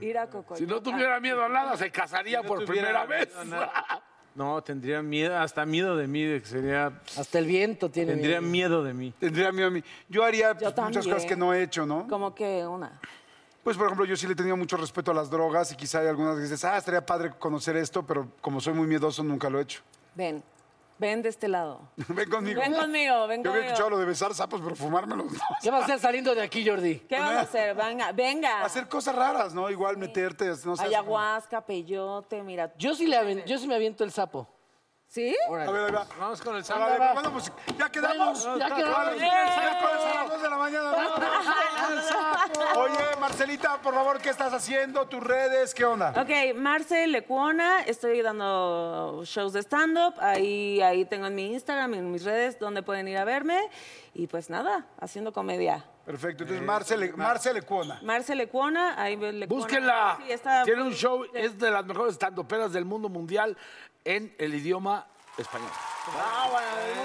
[SPEAKER 4] Ir a Coco.
[SPEAKER 3] Si no tuviera miedo a nada, se casaría por primera vez.
[SPEAKER 5] No, tendría miedo, hasta miedo de mí, de que sería.
[SPEAKER 2] Hasta el viento tiene
[SPEAKER 5] Tendría
[SPEAKER 2] miedo.
[SPEAKER 5] miedo de mí.
[SPEAKER 1] Tendría miedo a mí. Yo haría pues, muchas
[SPEAKER 4] también.
[SPEAKER 1] cosas que no he hecho, ¿no?
[SPEAKER 4] Como que una.
[SPEAKER 1] Pues, por ejemplo, yo sí le he tenido mucho respeto a las drogas y quizá hay algunas que dices, ah, estaría padre conocer esto, pero como soy muy miedoso, nunca lo he hecho.
[SPEAKER 4] Ven, ven de este lado.
[SPEAKER 1] ven conmigo.
[SPEAKER 4] Ven conmigo, ven
[SPEAKER 1] Yo había escuchado
[SPEAKER 4] conmigo.
[SPEAKER 1] lo de besar sapos, pero fumármelos no.
[SPEAKER 2] ¿Qué va a hacer saliendo de aquí, Jordi?
[SPEAKER 4] ¿Qué vamos a hacer? Venga, venga.
[SPEAKER 1] Hacer cosas raras, ¿no? Igual meterte, no sé.
[SPEAKER 4] Ayahuasca, peyote, mira.
[SPEAKER 2] Yo sí, le aven- yo sí me aviento el sapo.
[SPEAKER 4] ¿Sí?
[SPEAKER 1] A ver, ahí va.
[SPEAKER 5] Vamos con el
[SPEAKER 1] A
[SPEAKER 5] sábado.
[SPEAKER 1] ver, bueno, pues, ya quedamos.
[SPEAKER 2] Bueno, ya quedamos.
[SPEAKER 1] Vale, miércoles a las 2 de la mañana. ¿no? Oye, Marcelita, por favor, ¿qué estás haciendo? ¿Tus redes? ¿Qué onda?
[SPEAKER 4] Ok, Marce Lecuona, estoy dando shows de stand-up, ahí, ahí tengo en mi Instagram, en mis redes, donde pueden ir a verme. Y pues nada, haciendo comedia.
[SPEAKER 1] Perfecto.
[SPEAKER 3] Eh,
[SPEAKER 1] Entonces, Marcele, Marcele Cuona.
[SPEAKER 4] Marce Lecuona, ahí ve Lecuona.
[SPEAKER 3] Búsquenla.
[SPEAKER 4] Sí, está-
[SPEAKER 3] Tiene un show, es de las mejores tandoperas del mundo mundial en el idioma español.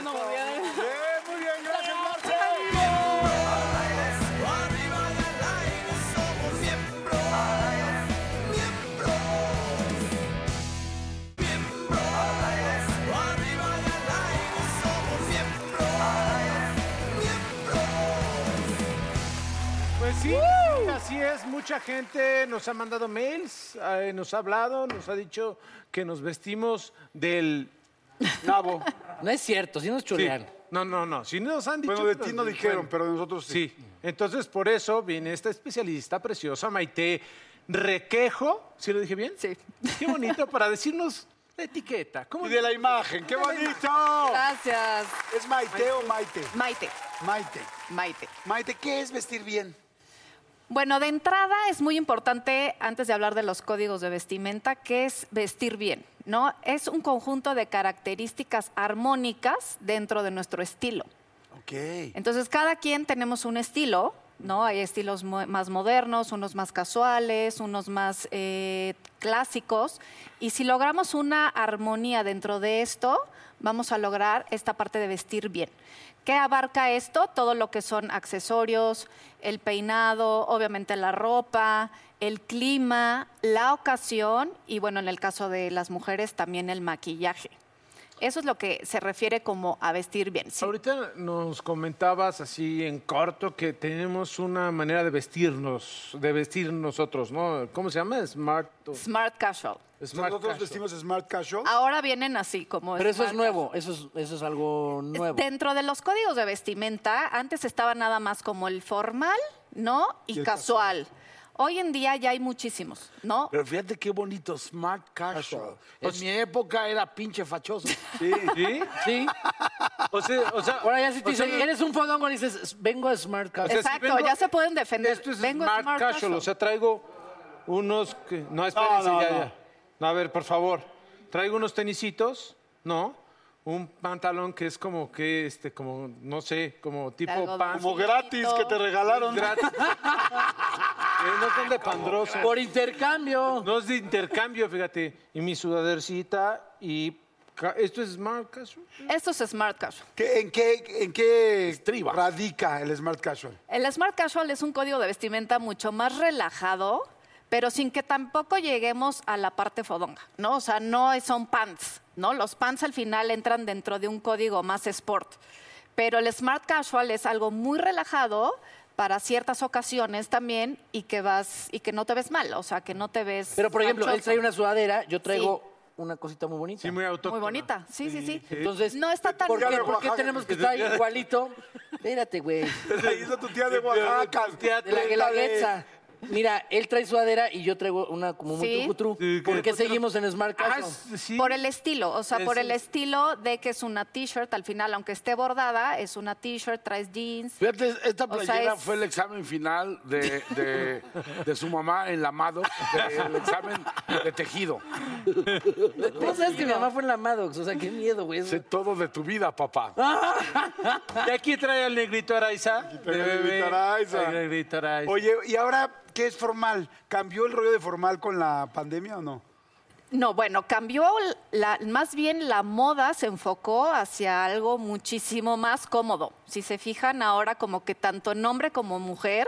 [SPEAKER 1] Bien, Eh, muy bien, gracias, Marce.
[SPEAKER 6] Pues sí, así es. Mucha gente nos ha mandado mails, eh, nos ha hablado, nos ha dicho que nos vestimos del nabo.
[SPEAKER 2] No es cierto, si nos
[SPEAKER 6] Sí.
[SPEAKER 2] chulean.
[SPEAKER 6] No, no, no. Si nos han dicho.
[SPEAKER 1] Bueno, de
[SPEAKER 6] pero-
[SPEAKER 1] ti no dijeron,
[SPEAKER 6] bueno,
[SPEAKER 1] pero de nosotros sí.
[SPEAKER 6] Sí. Entonces, por eso viene esta especialista preciosa, Maite Requejo. ¿Sí lo dije bien? Sí. Qué bonito, para decirnos la etiqueta. ¿Cómo
[SPEAKER 1] Y de la imagen, qué bonito.
[SPEAKER 7] Gracias,
[SPEAKER 1] ¿Es Maite o Maite?
[SPEAKER 7] Maite.
[SPEAKER 1] Maite.
[SPEAKER 7] Maite.
[SPEAKER 1] Maite, ¿qué es vestir bien?
[SPEAKER 7] Bueno, de entrada es muy importante, antes de hablar de los códigos de vestimenta, que es vestir bien, ¿no? Es un conjunto de características armónicas dentro de nuestro estilo.
[SPEAKER 1] Ok.
[SPEAKER 7] Entonces, cada quien tenemos un estilo, ¿no? Hay estilos mu- más modernos, unos más casuales, unos más eh, clásicos. Y si logramos una armonía dentro de esto, vamos a lograr esta parte de vestir bien. ¿Qué abarca esto? Todo lo que son accesorios, el peinado, obviamente la ropa, el clima, la ocasión y, bueno, en el caso de las mujeres, también el maquillaje. Eso es lo que se refiere como a vestir bien. Sí.
[SPEAKER 5] Ahorita nos comentabas así en corto que tenemos una manera de vestirnos, de vestir nosotros, ¿no? ¿Cómo se llama? Smart.
[SPEAKER 7] Smart casual.
[SPEAKER 5] smart
[SPEAKER 1] Nosotros
[SPEAKER 5] casual.
[SPEAKER 1] vestimos smart casual.
[SPEAKER 7] Ahora vienen así como...
[SPEAKER 2] Pero eso es
[SPEAKER 7] smart
[SPEAKER 2] nuevo, eso es, eso es algo
[SPEAKER 7] casual.
[SPEAKER 2] nuevo.
[SPEAKER 7] Dentro de los códigos de vestimenta, antes estaba nada más como el formal, ¿no? Y,
[SPEAKER 1] el
[SPEAKER 7] casual. Hoy en día ya hay muchísimos, ¿no?
[SPEAKER 3] Pero fíjate qué bonito, smart casual. En mi época era pinche fachoso.
[SPEAKER 5] ¿Sí?
[SPEAKER 2] Sí.
[SPEAKER 5] O sea, o sea,
[SPEAKER 2] Ahora ya si te
[SPEAKER 5] o sea,
[SPEAKER 2] dicen, eres un fodongo y dices, "S- vengo a Smart Casual".
[SPEAKER 5] sea, si
[SPEAKER 7] Exacto,
[SPEAKER 5] vengo-
[SPEAKER 7] ya se pueden defender.
[SPEAKER 5] Esto es
[SPEAKER 7] Vengo
[SPEAKER 5] smart, casual, o sea, traigo unos... que- No, espérense,
[SPEAKER 1] no,
[SPEAKER 5] ya,
[SPEAKER 1] no.
[SPEAKER 5] ya. No, a ver, por favor. Traigo unos tenisitos, ¿no? Un pantalón que es como que, este, como, no sé, como tipo
[SPEAKER 7] Algodón.
[SPEAKER 5] pan.
[SPEAKER 1] Como gratis que te regalaron.
[SPEAKER 5] Gratis. Eh, no son de pandroso.
[SPEAKER 2] Por intercambio.
[SPEAKER 5] No es de intercambio, fíjate. Y mi sudadercita y... ca- Esto es smart casual.
[SPEAKER 7] Esto es smart casual.
[SPEAKER 1] ¿Qué- ¿En qué, en qué
[SPEAKER 3] Estriba.
[SPEAKER 1] radica el smart casual?
[SPEAKER 7] El smart casual es un código de vestimenta mucho más relajado, pero sin que tampoco lleguemos a la parte fodonga, ¿no? O sea, no es- son pants, ¿no? Los pants al final entran dentro de un código más sport. Pero el smart casual es algo muy relajado para ciertas ocasiones también y que vas y que no te ves mal, o sea, que no te ves
[SPEAKER 2] Pero, por ejemplo, él
[SPEAKER 7] fachoso.
[SPEAKER 2] trae una sudadera, yo traigo una cosita muy bonita.
[SPEAKER 5] Sí, muy autóctona.
[SPEAKER 7] muy bonita. Sí, sí, sí.
[SPEAKER 2] Entonces,
[SPEAKER 7] no está tan
[SPEAKER 2] ¿por qué,
[SPEAKER 1] de
[SPEAKER 2] por qué
[SPEAKER 1] Oaxaca.
[SPEAKER 2] tenemos que estar igualito? Espérate, güey.
[SPEAKER 1] Ahí está tu tía de Oaxaca.
[SPEAKER 2] De la guelaguetza. Mira, él trae sudadera y yo traigo una como muy
[SPEAKER 7] Sí.
[SPEAKER 2] trucutru.
[SPEAKER 5] Sí,
[SPEAKER 2] ¿Por
[SPEAKER 5] que-
[SPEAKER 2] qué seguimos en Smart
[SPEAKER 5] Ah,
[SPEAKER 2] Casual?
[SPEAKER 5] sí.
[SPEAKER 7] Por el estilo, o sea, por
[SPEAKER 5] Eso.
[SPEAKER 7] el estilo de que es una t-shirt, al final, aunque esté bordada, es una t-shirt, traes jeans.
[SPEAKER 3] Fíjate, esta
[SPEAKER 7] O sea,
[SPEAKER 3] playera
[SPEAKER 7] es-
[SPEAKER 3] fue el examen final de, de- de su mamá en Lamado, el examen de tejido.
[SPEAKER 2] ¿Cómo sabes que mi mamá fue en la Maddox? O sea, qué miedo, güey.
[SPEAKER 3] Sé todo de tu vida, papá.
[SPEAKER 5] Y aquí trae al negrito Araiza. De
[SPEAKER 1] el negrito
[SPEAKER 5] bebé.
[SPEAKER 1] Araiza.
[SPEAKER 5] Al negrito Araiza.
[SPEAKER 1] Oye, y ahora, ¿qué- ¿qué es formal? ¿Cambió el rollo de formal con la pandemia o no?
[SPEAKER 7] No, bueno, cambió, la, más bien la moda se enfocó hacia algo muchísimo más cómodo. Si se fijan ahora como que tanto en hombre como mujer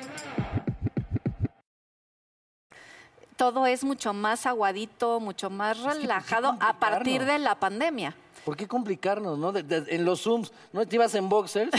[SPEAKER 7] todo es mucho más aguadito, mucho más relajado a partir de la pandemia.
[SPEAKER 2] ¿Por qué complicarnos, no? De- de- en los Zooms, ¿no? Te ibas en boxers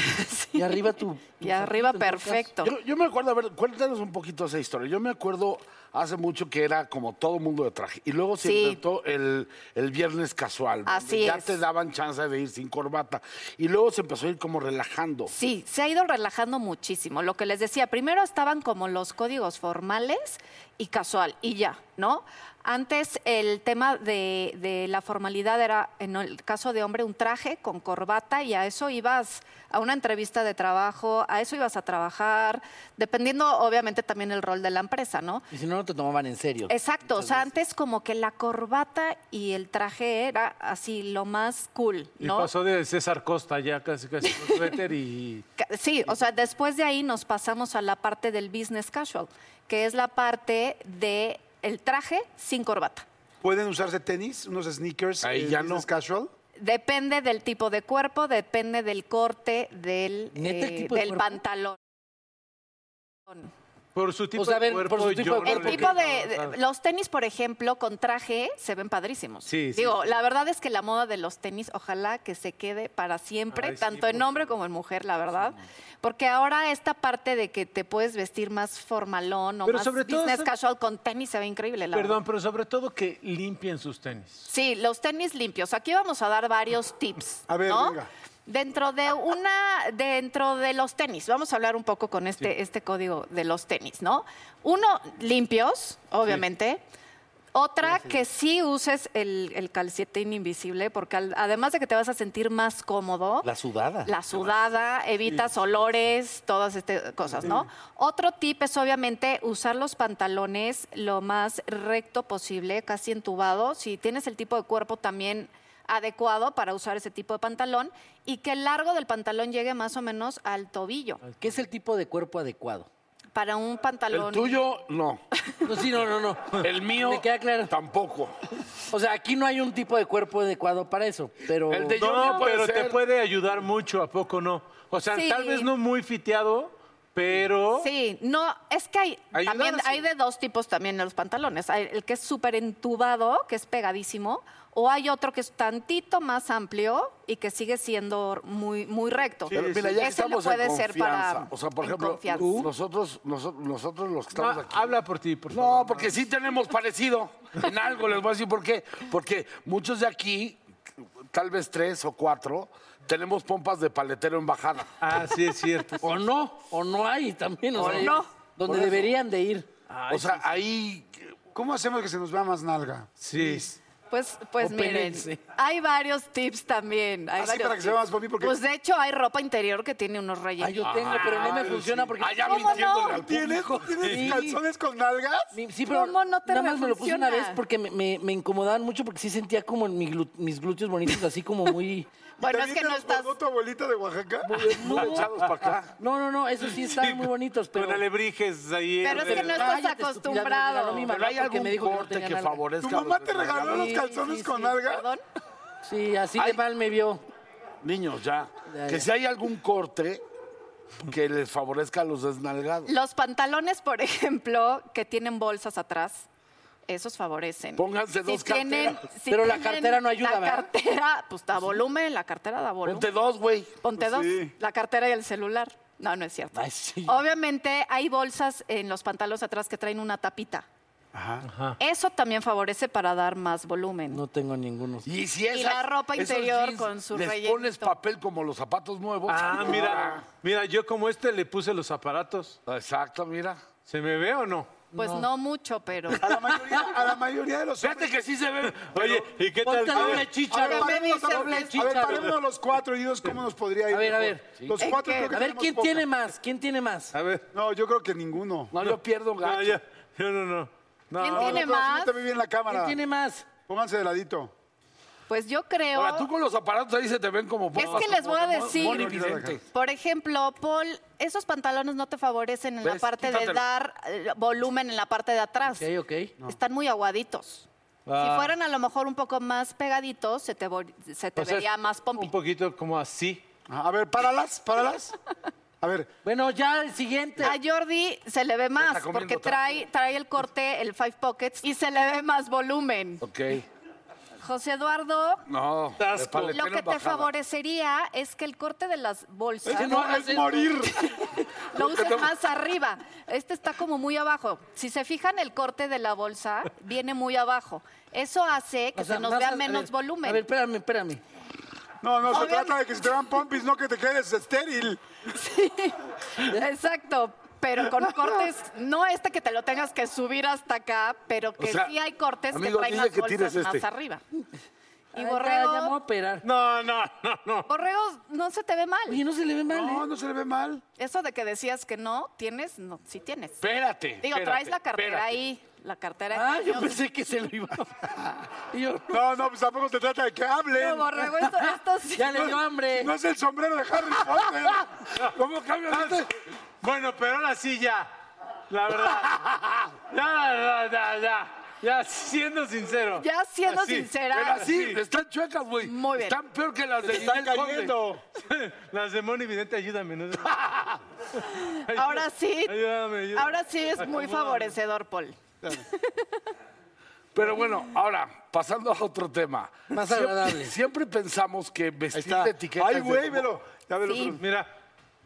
[SPEAKER 2] y arriba tu...
[SPEAKER 7] Y arriba perfecto.
[SPEAKER 3] Yo, yo me acuerdo, a ver, cuéntanos un poquito esa historia. Yo me acuerdo hace mucho que era como todo mundo de traje. Y luego se
[SPEAKER 7] Sí.
[SPEAKER 3] inventó el, el viernes casual. donde
[SPEAKER 7] Así
[SPEAKER 3] ya
[SPEAKER 7] es.
[SPEAKER 3] te daban chance de ir sin corbata. Y luego se empezó a ir como relajando.
[SPEAKER 7] Sí, se ha ido relajando muchísimo. Lo que les decía, primero estaban como los códigos formales y casual, y ya, ¿no? Antes el tema de, de la formalidad era, en el caso de hombre, un traje con corbata y a eso ibas a una entrevista de trabajo, a eso ibas a trabajar, dependiendo obviamente también el rol de la empresa, ¿no?
[SPEAKER 2] Y si no, no te tomaban en serio.
[SPEAKER 7] Exacto, o sea, antes como que la corbata y el traje era así lo más cool,
[SPEAKER 5] Y
[SPEAKER 7] ¿no?
[SPEAKER 5] pasó de César Costa ya casi casi con suéter y
[SPEAKER 7] Ca- Sí, o sea, después de ahí nos pasamos a la parte del business casual, que es la parte de el traje sin corbata.
[SPEAKER 1] ¿Pueden usarse tenis, unos sneakers
[SPEAKER 3] Ahí
[SPEAKER 1] eh,
[SPEAKER 3] ya
[SPEAKER 1] business
[SPEAKER 3] no.
[SPEAKER 1] casual?
[SPEAKER 7] Depende del tipo de cuerpo, depende del corte del,
[SPEAKER 2] ¿Neta el
[SPEAKER 7] eh,
[SPEAKER 2] tipo de
[SPEAKER 7] del
[SPEAKER 2] cuerpo?
[SPEAKER 7] pantalón.
[SPEAKER 5] por su tipo
[SPEAKER 2] sea,
[SPEAKER 5] de
[SPEAKER 2] ven, por
[SPEAKER 5] cuerpo
[SPEAKER 2] su tipo
[SPEAKER 5] yo
[SPEAKER 2] de
[SPEAKER 5] no
[SPEAKER 7] El
[SPEAKER 2] cuerpo
[SPEAKER 5] le-
[SPEAKER 7] tipo de,
[SPEAKER 5] no,
[SPEAKER 7] de-
[SPEAKER 5] no,
[SPEAKER 7] los tenis, por ejemplo, con traje se ven padrísimos.
[SPEAKER 5] Sí, sí.
[SPEAKER 7] Digo, la verdad es que la moda de los tenis, ojalá que se quede para siempre,
[SPEAKER 5] Ay, sí,
[SPEAKER 7] tanto en
[SPEAKER 5] por
[SPEAKER 7] hombre como en mujer, la verdad, porque ahora esta parte de que te puedes vestir más formalón o
[SPEAKER 5] Pero
[SPEAKER 7] más
[SPEAKER 5] sobre todo
[SPEAKER 7] business
[SPEAKER 5] son-
[SPEAKER 7] casual con tenis se ve increíble, la
[SPEAKER 5] Perdón,
[SPEAKER 7] verdad.
[SPEAKER 5] pero sobre todo que limpien sus tenis.
[SPEAKER 7] Sí, los tenis limpios. Aquí vamos a dar varios tips.
[SPEAKER 1] A ver,
[SPEAKER 7] ¿no?
[SPEAKER 1] venga.
[SPEAKER 7] Dentro de una, dentro de los tenis, vamos a hablar un poco con este, este código de los tenis, ¿no? Uno, limpios, obviamente. Otra, que sí uses el, el calcetín invisible, porque al- además de que te vas a sentir más cómodo,
[SPEAKER 2] La sudada.
[SPEAKER 7] la sudada, evitas olores, todas estas cosas, ¿no? Otro tip es obviamente usar los pantalones lo más recto posible, casi entubado, si tienes el tipo de cuerpo también adecuado para usar ese tipo de pantalón y que el largo del pantalón llegue más o menos al tobillo
[SPEAKER 2] ¿Qué es el tipo de cuerpo adecuado?
[SPEAKER 7] para un pantalón.
[SPEAKER 3] El tuyo, no.
[SPEAKER 2] No, sí, no, no, no.
[SPEAKER 3] El mío,
[SPEAKER 2] Me queda claro.
[SPEAKER 3] tampoco.
[SPEAKER 2] O sea, aquí no hay un tipo de cuerpo adecuado para eso, pero...
[SPEAKER 3] El de yo
[SPEAKER 5] No,
[SPEAKER 3] puede
[SPEAKER 5] pero te
[SPEAKER 3] ser.
[SPEAKER 5] puede ayudar mucho, ¿a poco no? O sea,
[SPEAKER 7] Sí.
[SPEAKER 5] tal vez no muy fiteado, pero...
[SPEAKER 7] Sí, no, es que hay
[SPEAKER 5] Ayudar
[SPEAKER 7] también
[SPEAKER 5] así.
[SPEAKER 7] hay de dos tipos también en los pantalones. Hay el que es súper entubado, que es pegadísimo, o hay otro que es tantito más amplio y que sigue siendo muy, muy recto.
[SPEAKER 3] Pero mira, ya que
[SPEAKER 7] Ese
[SPEAKER 3] estamos
[SPEAKER 7] puede
[SPEAKER 3] en
[SPEAKER 7] ser
[SPEAKER 3] confianza,
[SPEAKER 7] para
[SPEAKER 3] O sea, por
[SPEAKER 7] en
[SPEAKER 3] ejemplo,
[SPEAKER 7] confianza.
[SPEAKER 3] nosotros, nosotros, nosotros los que
[SPEAKER 5] No,
[SPEAKER 3] estamos aquí.
[SPEAKER 5] Ah, habla por ti, por favor.
[SPEAKER 3] No, porque sí tenemos parecido en algo, les voy a decir por qué. Porque muchos de aquí, tal vez tres o cuatro, tenemos pompas de paletero en bajada.
[SPEAKER 5] Ah, sí, es cierto.
[SPEAKER 2] O no, o no hay también. O,
[SPEAKER 7] O
[SPEAKER 2] sea,
[SPEAKER 7] no.
[SPEAKER 2] Donde deberían de ir.
[SPEAKER 3] o sea, ahí
[SPEAKER 1] ¿Cómo hacemos que se nos vea más nalga?
[SPEAKER 5] Sí.
[SPEAKER 7] Pues, pues
[SPEAKER 2] O
[SPEAKER 7] miren,
[SPEAKER 2] pélense.
[SPEAKER 7] hay varios tips también. Hay
[SPEAKER 1] Así
[SPEAKER 7] varios
[SPEAKER 1] para que se vea
[SPEAKER 7] tips.
[SPEAKER 1] más por mí, porque-
[SPEAKER 7] Pues de hecho hay ropa interior que tiene unos rellenos.
[SPEAKER 2] Ay, Ah, yo tengo, pero no
[SPEAKER 3] Ah,
[SPEAKER 2] me funciona porque...
[SPEAKER 3] allá
[SPEAKER 7] ¿Cómo
[SPEAKER 3] mintiéndole
[SPEAKER 7] no?
[SPEAKER 3] al
[SPEAKER 1] ¿Tienes,
[SPEAKER 3] público.
[SPEAKER 1] ¿tienes
[SPEAKER 2] Sí.
[SPEAKER 1] calzones con nalgas?
[SPEAKER 2] Mi- Sí, pero
[SPEAKER 7] ¿Cómo no te
[SPEAKER 2] nada más me lo puse una vez
[SPEAKER 7] refunciona?
[SPEAKER 2] porque me, me- me incomodaban mucho porque sí sentía como en mi glu- mis glúteos bonitos así como muy...
[SPEAKER 7] Bueno,
[SPEAKER 1] ¿También
[SPEAKER 7] es que
[SPEAKER 1] te
[SPEAKER 7] no
[SPEAKER 1] los
[SPEAKER 7] estás...
[SPEAKER 1] mandó tu abuelita de Oaxaca?
[SPEAKER 3] Lanzados para acá.
[SPEAKER 2] No, no, no, esos sí estaban muy bonitos, pero...
[SPEAKER 5] Con alebrijes ahí.
[SPEAKER 7] Pero es que no
[SPEAKER 2] Cállate,
[SPEAKER 7] estás
[SPEAKER 2] estúpida, me
[SPEAKER 7] acostumbrado.
[SPEAKER 2] regaló mi
[SPEAKER 3] Pero
[SPEAKER 2] mamá
[SPEAKER 3] hay
[SPEAKER 2] porque
[SPEAKER 3] algún
[SPEAKER 2] me dijo que no
[SPEAKER 3] corte
[SPEAKER 2] tenía
[SPEAKER 3] que,
[SPEAKER 2] nalga.
[SPEAKER 3] favorezca.
[SPEAKER 1] ¿Tu
[SPEAKER 3] a los
[SPEAKER 1] mamá te
[SPEAKER 3] nalgas.
[SPEAKER 1] regaló los
[SPEAKER 2] Sí,
[SPEAKER 1] calzones
[SPEAKER 2] sí,
[SPEAKER 1] con
[SPEAKER 2] sí.
[SPEAKER 1] nalgas?
[SPEAKER 7] Perdón.
[SPEAKER 2] Sí, así
[SPEAKER 3] Ay.
[SPEAKER 2] de mal me vio.
[SPEAKER 3] Niños, ya.
[SPEAKER 2] Ya,
[SPEAKER 3] Que
[SPEAKER 2] ya.
[SPEAKER 3] si hay algún corte que les favorezca a los desnalgados.
[SPEAKER 7] Los pantalones, por ejemplo, que tienen bolsas atrás, esos favorecen.
[SPEAKER 3] Pónganse dos carteras.
[SPEAKER 2] Pero la
[SPEAKER 7] tienen
[SPEAKER 2] cartera no ayuda,
[SPEAKER 7] La
[SPEAKER 2] ¿verdad?
[SPEAKER 7] cartera, pues da volumen, la cartera da volumen.
[SPEAKER 3] Ponte dos, güey.
[SPEAKER 7] Ponte dos, la cartera y el celular. No, no es cierto.
[SPEAKER 2] Ay, sí.
[SPEAKER 7] Obviamente hay bolsas en los pantalones atrás que traen una tapita. Eso también favorece para dar más volumen.
[SPEAKER 2] No tengo ninguno.
[SPEAKER 3] Y si
[SPEAKER 7] Y
[SPEAKER 3] es
[SPEAKER 7] la ropa interior con su
[SPEAKER 3] les
[SPEAKER 7] rellenito.
[SPEAKER 3] pones papel como los zapatos nuevos.
[SPEAKER 5] Ah, mira, mira, yo como este le puse los aparatos.
[SPEAKER 3] Ah, Exacto, mira.
[SPEAKER 5] ¿Se me ve o no?
[SPEAKER 7] Pues no, mucho, pero...
[SPEAKER 1] A la mayoría, a la mayoría de los
[SPEAKER 3] Fíjate
[SPEAKER 1] hombres.
[SPEAKER 3] que sí se ve.
[SPEAKER 5] Oye, ¿y qué tal?
[SPEAKER 2] Ponte doble
[SPEAKER 1] A ver,
[SPEAKER 2] chicharo.
[SPEAKER 1] parémonos, a ver,
[SPEAKER 2] Doble
[SPEAKER 1] a ver,
[SPEAKER 2] chicharo.
[SPEAKER 1] parémonos los cuatro y dinos cómo nos podría ir.
[SPEAKER 2] A ver, a
[SPEAKER 1] mejor.
[SPEAKER 2] ver.
[SPEAKER 1] Los cuatro creo que
[SPEAKER 2] A ver,
[SPEAKER 1] tenemos
[SPEAKER 2] ¿quién
[SPEAKER 1] poca.
[SPEAKER 2] tiene más? ¿Quién tiene más?
[SPEAKER 5] A ver.
[SPEAKER 1] No, yo creo que ninguno.
[SPEAKER 3] No, yo pierdo gacho.
[SPEAKER 5] No, yo, yo no, no. No,
[SPEAKER 7] ¿Quién
[SPEAKER 1] No,
[SPEAKER 7] tiene
[SPEAKER 1] no, pero
[SPEAKER 7] más?
[SPEAKER 1] así no te ve bien la cámara.
[SPEAKER 2] ¿Quién tiene más?
[SPEAKER 1] Pónganse de ladito.
[SPEAKER 7] Pues yo creo...
[SPEAKER 3] Ahora, tú con los aparatos ahí se te ven como
[SPEAKER 7] Es que les voy a decir-
[SPEAKER 3] Monividente.
[SPEAKER 7] Por ejemplo, Paul, esos pantalones no te favorecen en la
[SPEAKER 3] ¿Ves?
[SPEAKER 7] parte de
[SPEAKER 3] Quítatelo.
[SPEAKER 7] dar eh, volumen en la parte de atrás.
[SPEAKER 2] Ok, ok.
[SPEAKER 7] Están muy aguaditos. Si fueran a lo mejor un poco más pegaditos, se te, vol- se te
[SPEAKER 5] o sea,
[SPEAKER 7] vería más pompi.
[SPEAKER 5] Un poquito como así.
[SPEAKER 1] Ajá, A ver, páralas, páralas. A ver,
[SPEAKER 2] Bueno, ya el siguiente.
[SPEAKER 7] A Jordi se le ve
[SPEAKER 3] está
[SPEAKER 7] más
[SPEAKER 3] comiendo
[SPEAKER 7] porque
[SPEAKER 3] taco.
[SPEAKER 7] trae, trae el corte, el five pockets, y se le ve más volumen.
[SPEAKER 3] Ok.
[SPEAKER 7] José Eduardo,
[SPEAKER 3] No.
[SPEAKER 5] Tasco.
[SPEAKER 3] de paletero
[SPEAKER 7] lo que
[SPEAKER 3] en
[SPEAKER 7] te
[SPEAKER 3] bajada.
[SPEAKER 7] favorecería es que el corte de las bolsas
[SPEAKER 2] que no hagas
[SPEAKER 1] es
[SPEAKER 2] eso.
[SPEAKER 1] morir.
[SPEAKER 7] lo uses más arriba. Este está como muy abajo. Si se fijan, el corte de la bolsa viene muy abajo. Eso hace que
[SPEAKER 2] O sea,
[SPEAKER 7] se nos
[SPEAKER 2] más
[SPEAKER 7] vea
[SPEAKER 2] a- a
[SPEAKER 7] menos
[SPEAKER 2] ver,
[SPEAKER 7] volumen.
[SPEAKER 2] A ver, espérame, espérame.
[SPEAKER 1] No, no, se
[SPEAKER 7] Obviamente.
[SPEAKER 1] trata de que si te dan pompis, no que te quedes estéril.
[SPEAKER 7] Exacto. Pero con cortes, no este que te lo tengas que subir hasta acá, pero que
[SPEAKER 3] O sea,
[SPEAKER 7] sí hay cortes que
[SPEAKER 3] amigo,
[SPEAKER 7] traen
[SPEAKER 3] dile
[SPEAKER 7] las
[SPEAKER 3] que
[SPEAKER 7] bolsas
[SPEAKER 3] tires este.
[SPEAKER 7] más arriba. Y
[SPEAKER 2] Ay, ya, ya me voy a
[SPEAKER 7] borrego,
[SPEAKER 2] operar.
[SPEAKER 5] No, no, no, no.
[SPEAKER 7] borrego, no se te ve
[SPEAKER 2] Oye,
[SPEAKER 7] mal.
[SPEAKER 2] no se le ve mal.
[SPEAKER 1] No,
[SPEAKER 2] ¿eh?
[SPEAKER 1] no se le ve mal.
[SPEAKER 7] Eso de que decías que no tienes, no, sí tienes.
[SPEAKER 3] Espérate.
[SPEAKER 7] Digo,
[SPEAKER 3] espérate,
[SPEAKER 7] traes la cartera
[SPEAKER 3] espérate.
[SPEAKER 7] ahí, la cartera.
[SPEAKER 2] Ah, yo
[SPEAKER 7] engañosa.
[SPEAKER 2] pensé que se lo iba a... Y yo,
[SPEAKER 1] No, no, pues tampoco se trata de que hablen.
[SPEAKER 7] Pero borrego, esto, esto sí.
[SPEAKER 2] ya le dio hambre.
[SPEAKER 1] No es el sombrero de Harry Potter.
[SPEAKER 3] ¿Cómo cambias
[SPEAKER 1] Ah,
[SPEAKER 3] este?
[SPEAKER 5] Bueno, pero ahora sí ya. La verdad. Ya, ya, ya, ya. Ya, siendo sincero.
[SPEAKER 7] Ya siendo
[SPEAKER 5] Así,
[SPEAKER 3] Pero
[SPEAKER 7] sincera,
[SPEAKER 3] así, están chuecas, güey.
[SPEAKER 7] Muy bien.
[SPEAKER 3] Están peor que las de
[SPEAKER 1] Están
[SPEAKER 3] Ninel Conde.
[SPEAKER 1] cayendo.
[SPEAKER 5] Las de Moni Vidente, ayúdame. ¿no?
[SPEAKER 7] ahora sí,
[SPEAKER 5] Ayúdame, ayúdame.
[SPEAKER 7] ahora sí es muy favorecedor, Paul.
[SPEAKER 3] Pero bueno, ahora, pasando a otro tema.
[SPEAKER 2] Más
[SPEAKER 3] Siempre-
[SPEAKER 2] agradable.
[SPEAKER 3] Siempre pensamos que
[SPEAKER 1] Ahí
[SPEAKER 3] vestir
[SPEAKER 1] está.
[SPEAKER 3] de etiqueta...
[SPEAKER 1] Ay,
[SPEAKER 3] es de-
[SPEAKER 1] güey, velo. Ya velo.
[SPEAKER 7] Sí.
[SPEAKER 5] Mira.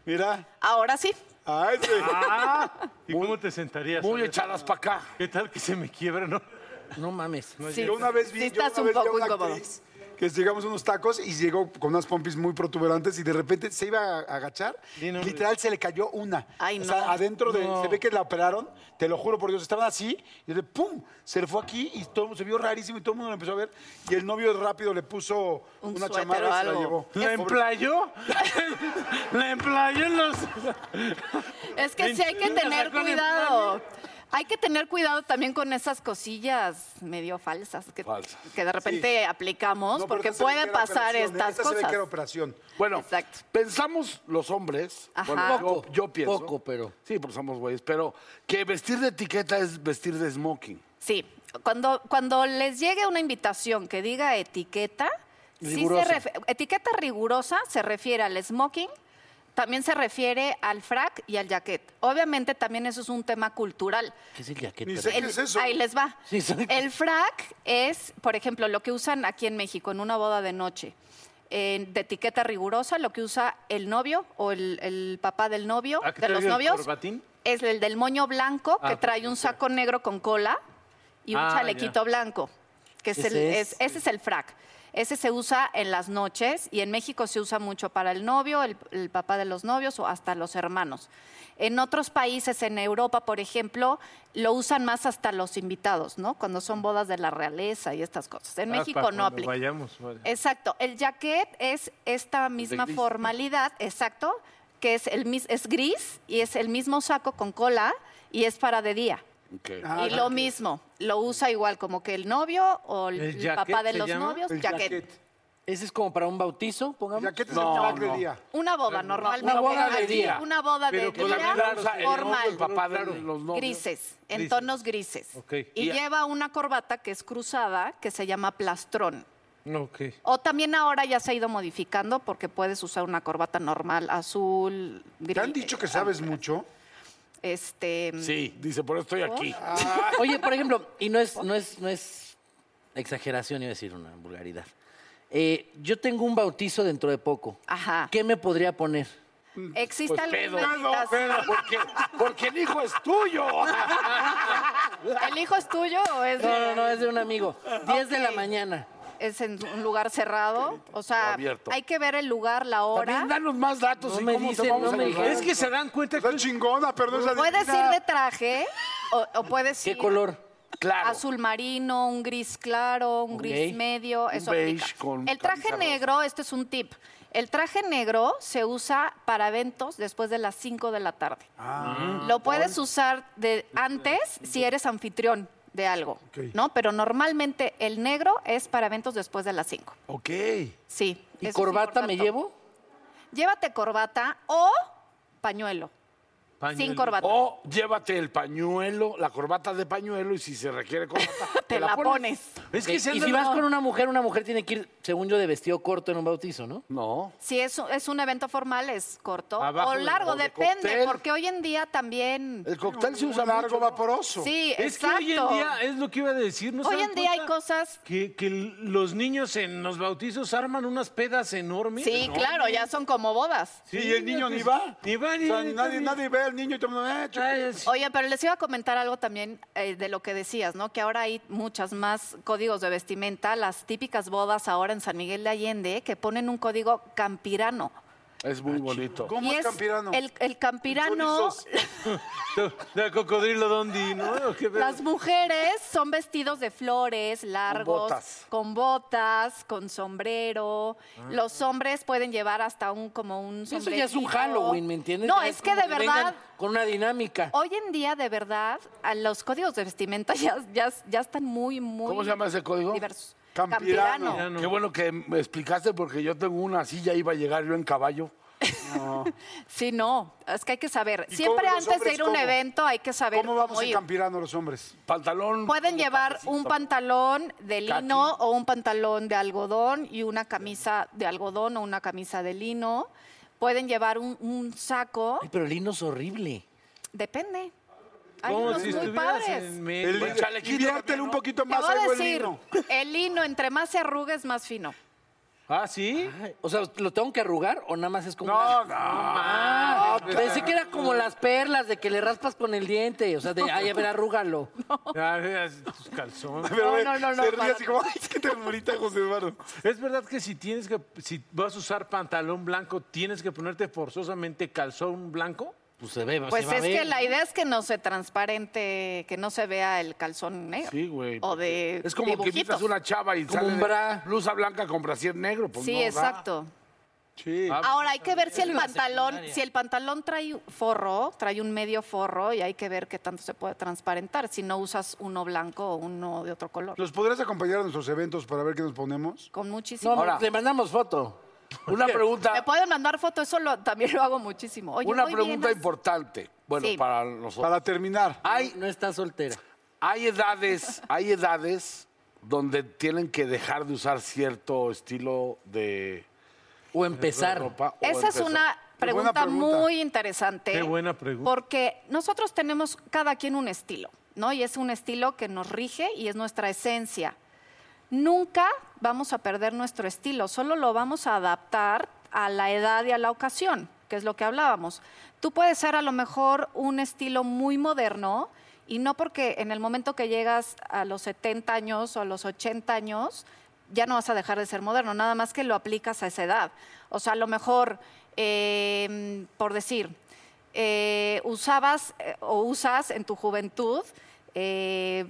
[SPEAKER 1] Mira.
[SPEAKER 7] Ahora sí.
[SPEAKER 1] Ay, sí.
[SPEAKER 5] Ah, ¿Y cómo te sentarías?
[SPEAKER 3] Muy
[SPEAKER 5] Oye,
[SPEAKER 3] echadas para acá.
[SPEAKER 5] ¿Qué tal que se me quiebra, no?
[SPEAKER 2] No mames.
[SPEAKER 7] sí.
[SPEAKER 1] Pues Yo una vez vi,
[SPEAKER 7] Sí
[SPEAKER 1] yo
[SPEAKER 7] estás
[SPEAKER 1] una
[SPEAKER 7] un
[SPEAKER 1] vez vi a
[SPEAKER 7] poco
[SPEAKER 1] una
[SPEAKER 7] incómodo.
[SPEAKER 1] actriz que llegamos a unos tacos y llegó con unas pompis muy protuberantes y de repente se iba a agachar.
[SPEAKER 5] Di nombre.
[SPEAKER 1] Literal, se le cayó una.
[SPEAKER 7] Ay,
[SPEAKER 1] O sea,
[SPEAKER 7] no.
[SPEAKER 1] adentro de... Se ve que la operaron, te lo juro por Dios, estaban así y de pum, se le fue aquí y todo se vio rarísimo y todo el mundo lo empezó a ver. Y el novio rápido le puso
[SPEAKER 7] Un
[SPEAKER 1] una
[SPEAKER 7] suéter
[SPEAKER 1] chamarra
[SPEAKER 7] o
[SPEAKER 1] y se la
[SPEAKER 7] algo.
[SPEAKER 1] llevó.
[SPEAKER 5] ¿La emplayó? ¿La emplayó en los...?
[SPEAKER 7] Es que sí hay que
[SPEAKER 5] Ventura,
[SPEAKER 7] tener
[SPEAKER 5] sacó el
[SPEAKER 7] cuidado. Hay que tener cuidado también con esas cosillas medio falsas que,
[SPEAKER 3] Falsas.
[SPEAKER 7] que de repente aplicamos,
[SPEAKER 1] No, pero
[SPEAKER 7] porque
[SPEAKER 1] esta se ve que
[SPEAKER 7] pueden
[SPEAKER 1] era
[SPEAKER 7] pasar
[SPEAKER 1] operación, ¿eh?
[SPEAKER 7] estas
[SPEAKER 1] Esta se ve que era
[SPEAKER 7] cosas.
[SPEAKER 1] operación.
[SPEAKER 3] Bueno,
[SPEAKER 7] Exacto.
[SPEAKER 3] pensamos los hombres,
[SPEAKER 7] Ajá.
[SPEAKER 3] bueno, yo-
[SPEAKER 2] Poco,
[SPEAKER 3] yo, pienso.
[SPEAKER 2] poco, pero-
[SPEAKER 3] Sí, porque somos güeyes, pero que vestir de etiqueta es vestir de smoking.
[SPEAKER 7] Sí, cuando, cuando les llegue una invitación que diga etiqueta, sí se
[SPEAKER 2] Rigurosa.
[SPEAKER 7] refi- etiqueta rigurosa se refiere al smoking, también se refiere al frac y al jacket. Obviamente también eso es un tema cultural.
[SPEAKER 2] ¿Qué es el jaqueta?
[SPEAKER 1] Ni sé qué
[SPEAKER 7] El-
[SPEAKER 1] es eso.
[SPEAKER 7] Ahí les va.
[SPEAKER 2] Sí, exacto.
[SPEAKER 7] el frac es, por ejemplo, lo que usan aquí en México en una boda de noche. Eh, de etiqueta rigurosa, lo que usa el novio o el, el papá del novio,
[SPEAKER 5] ¿A qué
[SPEAKER 7] de
[SPEAKER 5] te
[SPEAKER 7] los
[SPEAKER 5] refieres,
[SPEAKER 7] novios.
[SPEAKER 5] corbatín?
[SPEAKER 7] Es el del moño blanco que
[SPEAKER 5] Ah,
[SPEAKER 7] trae un saco negro con cola y un
[SPEAKER 5] Ah,
[SPEAKER 7] chalequito
[SPEAKER 5] ya.
[SPEAKER 7] blanco. Que es
[SPEAKER 2] Ese
[SPEAKER 7] el, es-
[SPEAKER 2] es-
[SPEAKER 7] ese es el frac. Ese se usa en las noches y en México se usa mucho para el novio, el, el papá de los novios o hasta los hermanos. En otros países, en Europa, por ejemplo, lo usan más hasta los invitados, ¿no? Cuando son bodas de la realeza y estas cosas. En
[SPEAKER 5] Ah,
[SPEAKER 7] México
[SPEAKER 5] para
[SPEAKER 7] no
[SPEAKER 5] cuando
[SPEAKER 7] aplica.
[SPEAKER 5] Vayamos, vale.
[SPEAKER 7] Exacto. El jacket es esta misma
[SPEAKER 3] gris.
[SPEAKER 7] formalidad, exacto, que es, el, mis- es gris y es el mismo saco con cola y es para de día.
[SPEAKER 3] Okay.
[SPEAKER 7] y lo mismo, lo usa igual como que el novio o el,
[SPEAKER 5] ¿El
[SPEAKER 7] el papá
[SPEAKER 5] jacket
[SPEAKER 7] de
[SPEAKER 5] se
[SPEAKER 7] los
[SPEAKER 5] llama?
[SPEAKER 7] novios,
[SPEAKER 1] El
[SPEAKER 7] jacket.
[SPEAKER 1] jaquet.
[SPEAKER 2] Ese es como para un bautizo, pongamos.
[SPEAKER 1] Jaquet es
[SPEAKER 3] No,
[SPEAKER 1] el track
[SPEAKER 3] no.
[SPEAKER 1] de día.
[SPEAKER 7] Una boda normal.
[SPEAKER 2] una boda de
[SPEAKER 7] Aquí,
[SPEAKER 2] día.
[SPEAKER 7] Una boda de
[SPEAKER 5] Pero con la
[SPEAKER 7] día
[SPEAKER 5] claro,
[SPEAKER 3] Usa el novio, el
[SPEAKER 7] formal.
[SPEAKER 3] papá de los novios.
[SPEAKER 7] Grises, en
[SPEAKER 5] Grises.
[SPEAKER 7] tonos grises.
[SPEAKER 5] Ok.
[SPEAKER 7] Y,
[SPEAKER 3] Y-
[SPEAKER 7] lleva una corbata que es cruzada, que se llama plastrón.
[SPEAKER 5] Ok.
[SPEAKER 7] O también ahora ya se ha ido modificando porque puedes usar una corbata normal, azul,
[SPEAKER 1] ¿Te
[SPEAKER 7] gris. ah,
[SPEAKER 1] han dicho que sabes mucho?
[SPEAKER 7] Este,
[SPEAKER 3] Sí, dice, por eso estoy aquí.
[SPEAKER 2] Oye, por ejemplo, y no es, no es, no es exageración, iba a decir una vulgaridad. Eh, yo tengo un bautizo dentro de poco.
[SPEAKER 7] Ajá.
[SPEAKER 2] ¿Qué me podría poner?
[SPEAKER 7] Existe
[SPEAKER 3] Pues pedo.
[SPEAKER 7] alguna invitación.
[SPEAKER 3] porque, porque el hijo es tuyo.
[SPEAKER 7] ¿El hijo es tuyo o es de-
[SPEAKER 2] No, no, no, es de un amigo. 10 de la
[SPEAKER 7] Ok.
[SPEAKER 2] mañana.
[SPEAKER 7] es en un lugar cerrado? O sea,
[SPEAKER 3] Abierto.
[SPEAKER 7] hay que ver el lugar, la hora.
[SPEAKER 3] También danos más datos
[SPEAKER 2] No
[SPEAKER 3] y
[SPEAKER 2] me
[SPEAKER 3] cómo
[SPEAKER 2] dicen,
[SPEAKER 3] te vamos
[SPEAKER 2] no
[SPEAKER 3] a
[SPEAKER 2] me
[SPEAKER 3] ayudar.
[SPEAKER 2] dijeron.
[SPEAKER 5] Es que se dan cuenta que
[SPEAKER 1] Está chingona, perdón. esa
[SPEAKER 7] Puedes
[SPEAKER 1] adivina.
[SPEAKER 7] ir de traje o, o puedes
[SPEAKER 2] ¿Qué
[SPEAKER 7] ir
[SPEAKER 2] color?
[SPEAKER 3] Claro.
[SPEAKER 7] azul marino, un gris claro, un gris
[SPEAKER 2] Ok.
[SPEAKER 7] medio.
[SPEAKER 3] Un
[SPEAKER 7] Eso
[SPEAKER 3] beige
[SPEAKER 7] aplica.
[SPEAKER 3] con
[SPEAKER 7] el traje
[SPEAKER 3] camisa rosa.
[SPEAKER 7] negro, este es un tip. El traje negro se usa para eventos después de las 5 de la tarde. Mm. Lo puedes usar de antes si eres anfitrión de algo, ¿no? Pero normalmente el negro es para eventos después de las 5.
[SPEAKER 3] Ok.
[SPEAKER 7] Sí.
[SPEAKER 2] ¿Y
[SPEAKER 7] eso es
[SPEAKER 2] corbata me
[SPEAKER 7] importante.
[SPEAKER 2] llevo?
[SPEAKER 7] Llévate corbata o pañuelo. Sin corbata.
[SPEAKER 3] O llévate el pañuelo, la corbata de pañuelo y si se requiere corbata,
[SPEAKER 7] te la pones.
[SPEAKER 5] Es que
[SPEAKER 2] Ok,
[SPEAKER 5] se
[SPEAKER 2] y
[SPEAKER 5] andan-
[SPEAKER 2] si vas con una mujer, una mujer tiene que ir, según yo, de vestido corto en un bautizo, ¿no?
[SPEAKER 3] No.
[SPEAKER 7] Si es, un- es un evento formal, es corto
[SPEAKER 3] Abajo
[SPEAKER 7] o
[SPEAKER 3] del-
[SPEAKER 7] largo,
[SPEAKER 3] o de
[SPEAKER 7] depende,
[SPEAKER 3] cóctel.
[SPEAKER 7] porque hoy en día también...
[SPEAKER 3] El cóctel se usa
[SPEAKER 1] Un largo
[SPEAKER 3] mucho.
[SPEAKER 1] vaporoso.
[SPEAKER 7] Sí,
[SPEAKER 5] Es que
[SPEAKER 7] exacto.
[SPEAKER 5] hoy en día, eh, es lo que iba a decir, ¿no se
[SPEAKER 7] Hoy
[SPEAKER 5] dan
[SPEAKER 7] en día hay
[SPEAKER 5] cuenta
[SPEAKER 7] cosas...
[SPEAKER 5] Que, que los niños en los bautizos arman unas pedas enormes. pues,
[SPEAKER 7] Sí, claro, ya son como bodas.
[SPEAKER 1] Sí, y el niño
[SPEAKER 7] pues,
[SPEAKER 1] ni va.
[SPEAKER 5] Ni va,
[SPEAKER 1] O
[SPEAKER 5] ni
[SPEAKER 1] sea, nadie,
[SPEAKER 5] ni-
[SPEAKER 1] nadie ve al niño y todo el mundo, eh, chiquito.
[SPEAKER 5] Ay, sí.
[SPEAKER 7] Oye, pero les iba a comentar algo también eh, de lo que decías, ¿no? Que ahora hay muchas más códigos de vestimenta, las típicas bodas ahora en San Miguel de Allende, que ponen un código campirano.
[SPEAKER 3] Es
[SPEAKER 2] Ah,
[SPEAKER 3] muy bonito.
[SPEAKER 1] ¿Cómo
[SPEAKER 7] Y
[SPEAKER 1] es campirano?
[SPEAKER 7] El, el campirano,
[SPEAKER 5] De cocodrilo dondi, ¿no? ¿O qué pedo?
[SPEAKER 7] las mujeres son vestidos de flores, largos,
[SPEAKER 3] botas.
[SPEAKER 7] con botas, con sombrero. Los hombres pueden llevar hasta un como un
[SPEAKER 2] Eso ya es un
[SPEAKER 7] sombrerito.
[SPEAKER 2] Halloween, ¿me entiendes?
[SPEAKER 7] No,
[SPEAKER 2] Ya
[SPEAKER 7] es que
[SPEAKER 2] como
[SPEAKER 7] de
[SPEAKER 2] vengan
[SPEAKER 7] verdad
[SPEAKER 2] Con una dinámica.
[SPEAKER 7] Hoy en día, de verdad, a los códigos de vestimenta ya, ya, ya están muy, muy...
[SPEAKER 3] ¿Cómo se llama ese código?
[SPEAKER 7] Diversos.
[SPEAKER 1] Campirano.
[SPEAKER 7] Campirano.
[SPEAKER 3] Qué bueno que me explicaste porque yo tengo una silla, iba a llegar yo en caballo.
[SPEAKER 7] Sí, no, es que hay que saber.
[SPEAKER 1] ¿Y
[SPEAKER 7] Siempre
[SPEAKER 1] cómo los
[SPEAKER 7] antes de
[SPEAKER 1] hombres
[SPEAKER 7] ir a un
[SPEAKER 1] cómo?
[SPEAKER 7] evento hay que saber
[SPEAKER 1] ¿Cómo vamos en
[SPEAKER 7] ir.
[SPEAKER 1] campirano los hombres?
[SPEAKER 3] Pantalón.
[SPEAKER 7] Pueden llevar un pantalón de
[SPEAKER 3] Caqui.
[SPEAKER 7] lino o un pantalón de algodón y una camisa de algodón o una camisa de lino. Pueden llevar un, un saco,
[SPEAKER 2] Ay, pero el himno es horrible.
[SPEAKER 7] depende. Hay
[SPEAKER 5] Como
[SPEAKER 7] unos
[SPEAKER 5] si
[SPEAKER 7] muy
[SPEAKER 5] estuvieras
[SPEAKER 7] padres.
[SPEAKER 5] en
[SPEAKER 1] El,
[SPEAKER 5] México.
[SPEAKER 7] pues,
[SPEAKER 3] Bueno, chalequito
[SPEAKER 1] diviértelo
[SPEAKER 3] también,
[SPEAKER 1] un
[SPEAKER 3] ¿no?
[SPEAKER 1] poquito
[SPEAKER 7] Te
[SPEAKER 1] más
[SPEAKER 7] voy a
[SPEAKER 1] ahí,
[SPEAKER 7] decir,
[SPEAKER 1] lino.
[SPEAKER 7] el lino, entre más se arrugue es más fino.
[SPEAKER 5] Ah, ¿sí?
[SPEAKER 2] O sea, ¿lo tengo que arrugar o nada más es como.?
[SPEAKER 1] No,
[SPEAKER 2] una-
[SPEAKER 1] no.
[SPEAKER 2] Ah, pensé que era como las perlas de que le raspas con el diente. O sea, de, ay, a ver, arrúgalo.
[SPEAKER 5] Ah, veas tus calzones.
[SPEAKER 1] Pero,
[SPEAKER 7] No,
[SPEAKER 1] eh,
[SPEAKER 7] no, no, no,
[SPEAKER 1] se ríe
[SPEAKER 7] para
[SPEAKER 1] así como, ay, qué ternurita, José Eduardo.
[SPEAKER 5] Es verdad que si tienes que si vas a usar pantalón blanco, tienes que ponerte forzosamente calzón blanco.
[SPEAKER 2] Pues se ve,
[SPEAKER 7] Pues
[SPEAKER 2] se va a
[SPEAKER 7] es
[SPEAKER 2] ver.
[SPEAKER 7] que la idea es que no se transparente, que no se vea el calzón negro.
[SPEAKER 3] Sí, güey.
[SPEAKER 7] O de
[SPEAKER 3] Es como que
[SPEAKER 7] dibujitos.
[SPEAKER 3] invitas una chava y
[SPEAKER 2] Como
[SPEAKER 3] sale
[SPEAKER 2] un
[SPEAKER 3] de
[SPEAKER 2] bra.
[SPEAKER 3] blusa blanca con brasier negro. Pues
[SPEAKER 7] Sí,
[SPEAKER 3] no, ¿verdad?
[SPEAKER 7] exacto.
[SPEAKER 5] Sí.
[SPEAKER 7] Ahora hay que ver si el
[SPEAKER 2] una
[SPEAKER 7] pantalón,
[SPEAKER 2] secundaria.
[SPEAKER 7] si el pantalón trae forro, trae un medio forro y hay que ver qué tanto se puede transparentar si no usas uno blanco o uno de otro color.
[SPEAKER 1] ¿Los podrías acompañar a nuestros eventos para ver qué nos ponemos?
[SPEAKER 7] Con muchísimo.
[SPEAKER 2] No,
[SPEAKER 3] Ahora-
[SPEAKER 2] le mandamos foto.
[SPEAKER 3] Una
[SPEAKER 7] Me
[SPEAKER 3] pregunta,
[SPEAKER 7] pueden mandar fotos, eso lo- también lo hago muchísimo. Oye,
[SPEAKER 3] una
[SPEAKER 7] voy bien
[SPEAKER 3] pregunta
[SPEAKER 7] así.
[SPEAKER 3] importante. Bueno,
[SPEAKER 7] Sí.
[SPEAKER 3] para nosotros.
[SPEAKER 1] Para terminar.
[SPEAKER 3] Hay,
[SPEAKER 2] No está soltera.
[SPEAKER 3] hay edades, hay edades donde tienen que dejar de usar cierto estilo de
[SPEAKER 2] O empezar.
[SPEAKER 3] ropa. o
[SPEAKER 7] Esa es
[SPEAKER 3] empezar.
[SPEAKER 7] una
[SPEAKER 1] Qué
[SPEAKER 7] pregunta,
[SPEAKER 1] buena pregunta.
[SPEAKER 7] muy interesante.
[SPEAKER 5] Qué buena pregunta.
[SPEAKER 7] Porque nosotros tenemos cada quien un estilo, ¿no? Y es un estilo que nos rige y es nuestra esencia. Nunca vamos a perder nuestro estilo, solo lo vamos a adaptar a la edad y a la ocasión, que es lo que hablábamos. Tú puedes ser a lo mejor un estilo muy moderno y no porque en el momento que llegas a los 70 años o a los 80 años ya no vas a dejar de ser moderno, nada más que lo aplicas a esa edad. O sea, a lo mejor, eh, por decir, eh, usabas eh, o usas en tu juventud, eh,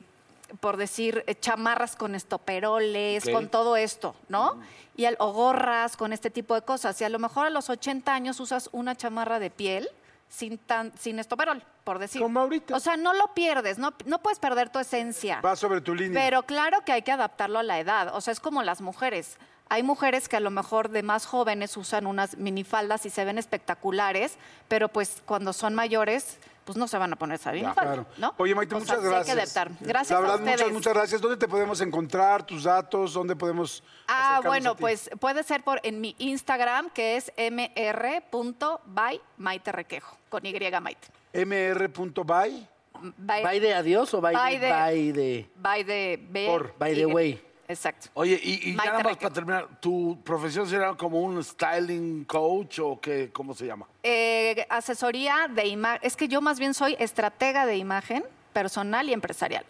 [SPEAKER 7] por decir, eh, chamarras con estoperoles,
[SPEAKER 3] Ok.
[SPEAKER 7] con todo esto, ¿no? Y al- o gorras con este tipo de cosas. Y a lo mejor a los 80 años usas una chamarra de piel sin, tan, sin estoperol, por decir.
[SPEAKER 5] Como ahorita.
[SPEAKER 7] O sea, no lo pierdes, no, no puedes perder tu esencia.
[SPEAKER 1] Va sobre tu línea.
[SPEAKER 7] Pero claro que hay que adaptarlo a la edad. O sea, es como las mujeres. Hay mujeres que a lo mejor de más jóvenes usan unas minifaldas y se ven espectaculares, pero pues cuando son mayores pues no se van a poner
[SPEAKER 1] Ya,
[SPEAKER 7] sabina.
[SPEAKER 1] claro.
[SPEAKER 7] ¿no?
[SPEAKER 1] Oye, Maite,
[SPEAKER 7] O sea,
[SPEAKER 1] muchas
[SPEAKER 7] sí
[SPEAKER 1] gracias.
[SPEAKER 7] Hay que adaptar. Gracias
[SPEAKER 1] La verdad,
[SPEAKER 7] a ustedes.
[SPEAKER 1] muchas, muchas gracias. ¿Dónde te podemos encontrar? ¿Tus datos? ¿Dónde podemos.?
[SPEAKER 7] Ah,
[SPEAKER 1] acercarnos a
[SPEAKER 7] bueno,
[SPEAKER 1] ti?
[SPEAKER 7] pues puede ser por en mi Instagram, que es mr.by Maite Requejo, con Y Maite.
[SPEAKER 1] mr.by.
[SPEAKER 7] By,
[SPEAKER 2] ¿Bye de adiós o bye,
[SPEAKER 7] Bye
[SPEAKER 2] de,
[SPEAKER 7] de-
[SPEAKER 2] bye de-
[SPEAKER 7] by the B-
[SPEAKER 2] Por, by the
[SPEAKER 7] Y.
[SPEAKER 2] way.
[SPEAKER 7] Exacto.
[SPEAKER 3] Oye, y, y ya nada
[SPEAKER 7] Maite
[SPEAKER 3] más
[SPEAKER 7] Requejo.
[SPEAKER 3] para terminar, ¿tu profesión será como un styling coach o qué, cómo se llama?
[SPEAKER 7] Eh, asesoría de imagen. Es que yo más bien soy estratega de imagen personal y empresarial.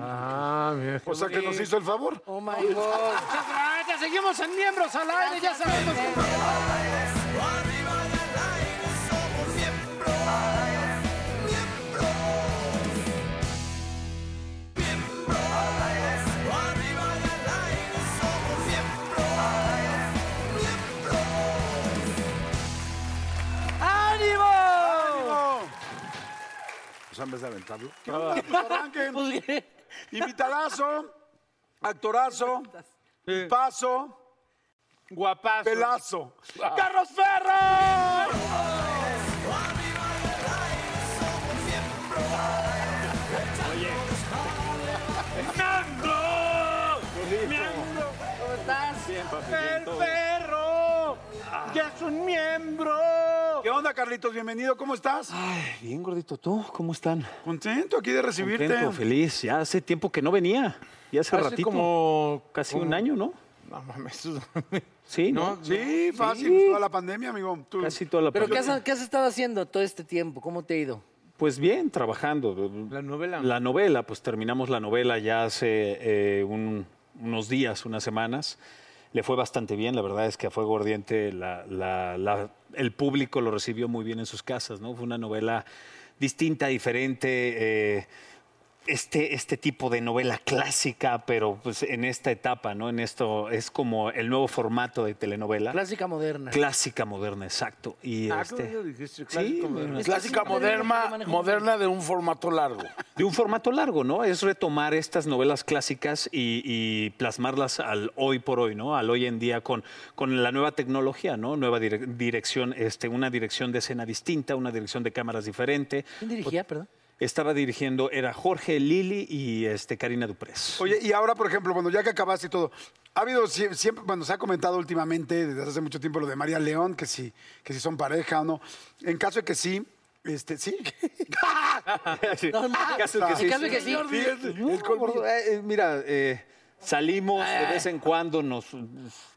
[SPEAKER 6] Ah, mira.
[SPEAKER 1] O sea, que nos hizo el favor.
[SPEAKER 2] Oh my God.
[SPEAKER 6] Muchas gracias. Seguimos en Miembros al Aire, ya sabemos.
[SPEAKER 7] pues,
[SPEAKER 3] O sea, en vez de aventarlo.
[SPEAKER 1] ¿Qué onda? Pues arranquen. Invitadazo, actorazo, paso,
[SPEAKER 6] Guapazo.
[SPEAKER 1] pelazo.
[SPEAKER 2] Ah.
[SPEAKER 1] ¡Carlos Ferro!
[SPEAKER 6] ¡El perro! ¡Ya es un miembro!
[SPEAKER 1] ¿Qué onda, Carlitos? Bienvenido, ¿cómo estás?
[SPEAKER 8] Bien gordito, ¿tú? ¿Cómo están?
[SPEAKER 1] Contento aquí de recibirte.
[SPEAKER 8] Contento, feliz. Ya hace tiempo que no venía. Ya hace,
[SPEAKER 5] Hace
[SPEAKER 8] ratito.
[SPEAKER 5] como...
[SPEAKER 8] casi un año, ¿no?
[SPEAKER 5] No mames.
[SPEAKER 8] Sí, ¿no?
[SPEAKER 5] No,
[SPEAKER 1] Sí, fácil, pues, toda la pandemia, amigo. Tú-
[SPEAKER 8] Casi toda la
[SPEAKER 2] ¿Pero qué
[SPEAKER 8] pandemia.
[SPEAKER 2] has, qué has estado haciendo todo este tiempo? ¿Cómo te ha ido?
[SPEAKER 8] Pues bien, trabajando.
[SPEAKER 5] La novela.
[SPEAKER 8] La novela, pues terminamos la novela ya hace eh, un- unos días, unas semanas. Le fue bastante bien, la verdad es que a Fuego Ordiente la- la- la- el público lo recibió muy bien en sus casas, ¿no? Fue una novela distinta, diferente. eh, este, este tipo de novela clásica, pero pues en esta etapa, ¿no? En esto es como el nuevo formato de telenovela.
[SPEAKER 2] Clásica moderna.
[SPEAKER 8] Clásica moderna, exacto. Y
[SPEAKER 5] Ah,
[SPEAKER 8] este,
[SPEAKER 5] ¿cómo lo dijiste?
[SPEAKER 8] sí,
[SPEAKER 5] Clásico, ¿verdad?
[SPEAKER 3] Clásica
[SPEAKER 2] sí, moderna, que
[SPEAKER 3] moderna,
[SPEAKER 2] manejo.
[SPEAKER 3] moderna de un formato largo.
[SPEAKER 8] de un formato largo, ¿no? Es retomar estas novelas clásicas y, y plasmarlas al hoy por hoy, ¿no? Al hoy en día con, con la nueva tecnología, ¿no? Nueva dire- dirección, este, una dirección de escena distinta, una dirección de cámaras diferente.
[SPEAKER 2] ¿Quién dirigía, perdón?
[SPEAKER 8] Estaba dirigiendo, era Jorge Lili y este, Karina Duprés.
[SPEAKER 1] Oye, y ahora, por ejemplo, bueno, ya que acabaste y todo, ha habido sie- siempre, bueno, se ha comentado últimamente, desde hace mucho tiempo, lo de María León, que si, que si son pareja o no. En caso de que sí, este, sí.
[SPEAKER 8] Sí.
[SPEAKER 2] No,
[SPEAKER 1] Ah,
[SPEAKER 2] no,
[SPEAKER 8] En caso de
[SPEAKER 2] en caso de que sí.
[SPEAKER 8] El colmo- eh, eh, mira, eh, salimos
[SPEAKER 2] Ah,
[SPEAKER 8] de vez en cuando, nos,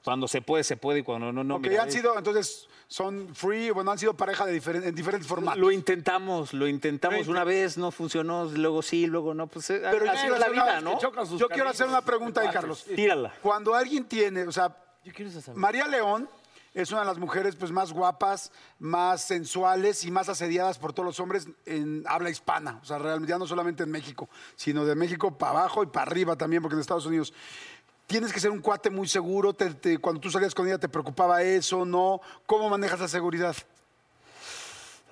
[SPEAKER 8] cuando se puede, se puede y cuando no, no.
[SPEAKER 1] Porque
[SPEAKER 8] mira,
[SPEAKER 1] han
[SPEAKER 8] es-
[SPEAKER 1] sido, entonces, son free, bueno, han sido pareja de diferen- en diferentes formatos.
[SPEAKER 8] Lo intentamos, lo intentamos una vez, no funcionó, luego sí, luego no, pues eh,
[SPEAKER 1] Pero yo
[SPEAKER 8] así
[SPEAKER 1] quiero
[SPEAKER 8] es la
[SPEAKER 1] hacer una-
[SPEAKER 8] vida, ¿no?
[SPEAKER 1] Yo quiero hacer una pregunta ahí, Carlos.
[SPEAKER 8] Tírala.
[SPEAKER 1] Cuando alguien tiene, o sea,
[SPEAKER 2] Yo quiero esa saber.
[SPEAKER 1] María León es una de las mujeres pues, más guapas, más sensuales y más asediadas por todos los hombres en habla hispana. O sea, realmente ya no solamente en México, sino de México para abajo y para arriba también, porque en Estados Unidos. Tienes que ser un cuate muy seguro. te- te- cuando tú salías con ella, ¿te preocupaba eso? ¿No? ¿Cómo manejas la seguridad?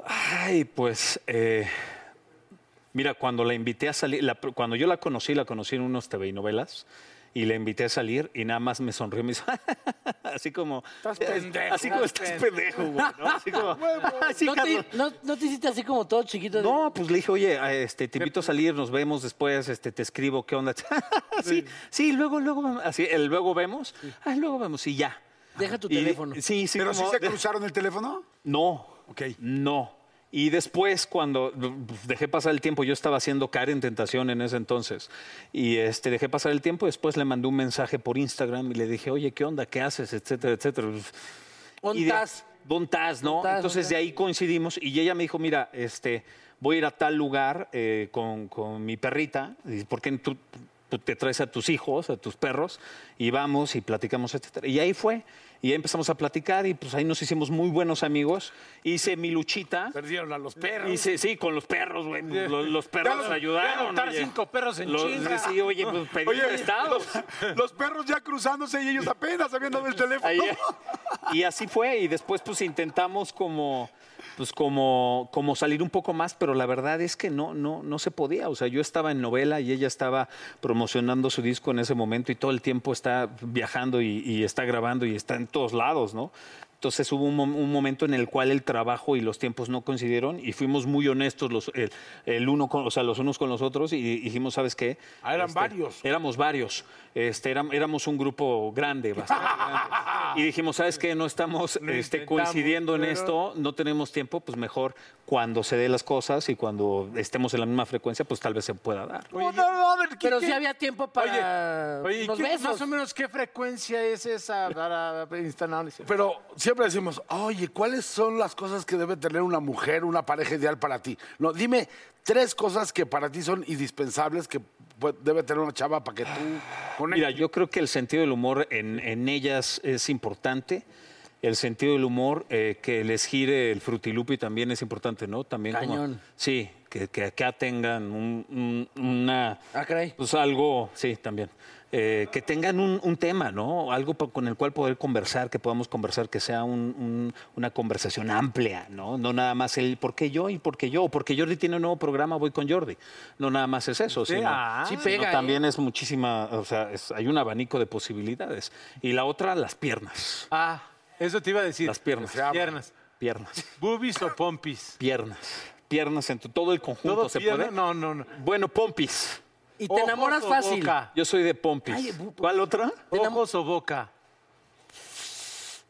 [SPEAKER 8] Ay, pues, eh, mira, cuando la invité a salir, la- cuando yo la conocí, la conocí en unos TV y novelas. Y la invité a salir y nada más me sonrió y me hizo, así como, eh, así como estás pendejo, güey, ¿no? Así como, "Ah, sí,
[SPEAKER 2] ¿No,
[SPEAKER 8] Carlos".
[SPEAKER 2] te, no- no te hiciste así como todo chiquito? de-
[SPEAKER 8] No, pues le dije, oye, a este, te invito a salir, nos vemos después, este, te escribo, ¿qué onda? sí, sí, luego, luego, vemos. así, el luego vemos, ah, luego vemos y ya.
[SPEAKER 2] Deja tu
[SPEAKER 8] Y-
[SPEAKER 2] teléfono.
[SPEAKER 8] Sí, sí.
[SPEAKER 1] ¿Pero sí
[SPEAKER 8] como-
[SPEAKER 1] se cruzaron el teléfono?
[SPEAKER 8] No.
[SPEAKER 1] Ok.
[SPEAKER 8] No. Y después, cuando pues, dejé pasar el tiempo, yo estaba haciendo Karen Tentación en ese entonces. Y este, dejé pasar el tiempo, después le mandé un mensaje por Instagram y le dije, oye, ¿qué onda? ¿Qué haces? Etcétera, etcétera.
[SPEAKER 2] ¿Dónde
[SPEAKER 8] Y de-
[SPEAKER 2] estás?
[SPEAKER 8] ¿Dónde estás, no?
[SPEAKER 2] ¿Dónde estás?
[SPEAKER 8] Entonces de ahí coincidimos y ella me dijo, mira, este, voy a ir a tal lugar eh, con, con mi perrita, y ¿por qué tú, tú te traes a tus hijos, a tus perros? Y vamos y platicamos, etcétera. Y ahí fue, y ahí empezamos a platicar y pues ahí nos hicimos muy buenos amigos. Hice mi luchita.
[SPEAKER 3] Perdieron a los perros.
[SPEAKER 8] Hice, sí, con los perros, güey. pues, Los, los perros
[SPEAKER 1] los-
[SPEAKER 8] nos ayudaron.
[SPEAKER 6] ya adoptar
[SPEAKER 8] oye.
[SPEAKER 6] cinco perros en
[SPEAKER 8] Los-
[SPEAKER 6] chinga.
[SPEAKER 8] Sí, oye, pues pedí prestados.
[SPEAKER 1] Los perros ya cruzándose y ellos apenas habían dado el teléfono.
[SPEAKER 8] Ahí- y así fue y después pues intentamos como pues como como salir un poco más pero la verdad es que no no no se podía o sea yo estaba en novela y ella estaba promocionando su disco en ese momento y todo el tiempo está viajando y, y está grabando y está en todos lados no Entonces hubo un, mom- un momento en el cual el trabajo y los tiempos no coincidieron y fuimos muy honestos los, el, el uno con- o sea, los unos con los otros y dijimos, ¿sabes qué?
[SPEAKER 3] Ah, eran
[SPEAKER 8] Este,
[SPEAKER 3] varios.
[SPEAKER 8] Éramos varios. Este, éram- éramos un grupo grande, bastante grande. Y dijimos, ¿sabes qué? No estamos este, coincidiendo en esto, no tenemos tiempo, pues mejor cuando se dé las cosas y cuando estemos en la misma frecuencia, pues tal vez se pueda dar.
[SPEAKER 2] Pero sí había tiempo para
[SPEAKER 5] Oye, ¿y
[SPEAKER 2] unos
[SPEAKER 5] qué-
[SPEAKER 2] besos.
[SPEAKER 5] más o menos qué frecuencia es esa para instantáneo?
[SPEAKER 3] Pero siempre decimos, oye, ¿cuáles son las cosas que debe tener una mujer, una pareja ideal para ti? No, dime tres cosas que para ti son indispensables que pu- debe tener una chava para que tú
[SPEAKER 8] Mira,
[SPEAKER 1] Ah,
[SPEAKER 3] conectes.
[SPEAKER 8] yo creo que el sentido del humor en, en ellas es importante. El sentido del humor, eh, que les gire el frutilupi también es importante, ¿no? También como-
[SPEAKER 2] Cañón.
[SPEAKER 8] sí, que, que acá tengan un- un- una...
[SPEAKER 2] Ah, caray.
[SPEAKER 8] Pues algo, sí, también. Eh, que tengan un, un tema, ¿no? Algo po- con el cual poder conversar, que podamos conversar, que sea un- un- una conversación amplia, ¿no? No nada más el por qué yo y por qué yo, o porque Jordi tiene un nuevo programa, voy con Jordi. No nada más es eso, sino,
[SPEAKER 5] ah.
[SPEAKER 2] Sí
[SPEAKER 8] sino
[SPEAKER 2] pega, ¿eh?
[SPEAKER 8] también es muchísima, o sea, es- hay un abanico de posibilidades. Y la otra, las piernas.
[SPEAKER 5] Ah, eso te iba a decir.
[SPEAKER 8] Las piernas.
[SPEAKER 5] Las piernas.
[SPEAKER 8] Piernas,
[SPEAKER 5] Boobies o pompis.
[SPEAKER 8] piernas, piernas, en tu- todo el conjunto
[SPEAKER 5] ¿Todo
[SPEAKER 8] se
[SPEAKER 5] pierna?
[SPEAKER 8] puede.
[SPEAKER 5] No, no, no.
[SPEAKER 8] Bueno, pompis.
[SPEAKER 2] Y te
[SPEAKER 5] Ojos
[SPEAKER 2] enamoras
[SPEAKER 5] o
[SPEAKER 2] fácil.
[SPEAKER 5] boca.
[SPEAKER 8] Yo soy de pompis. ¿Cuál otra?
[SPEAKER 5] Ojos o boca.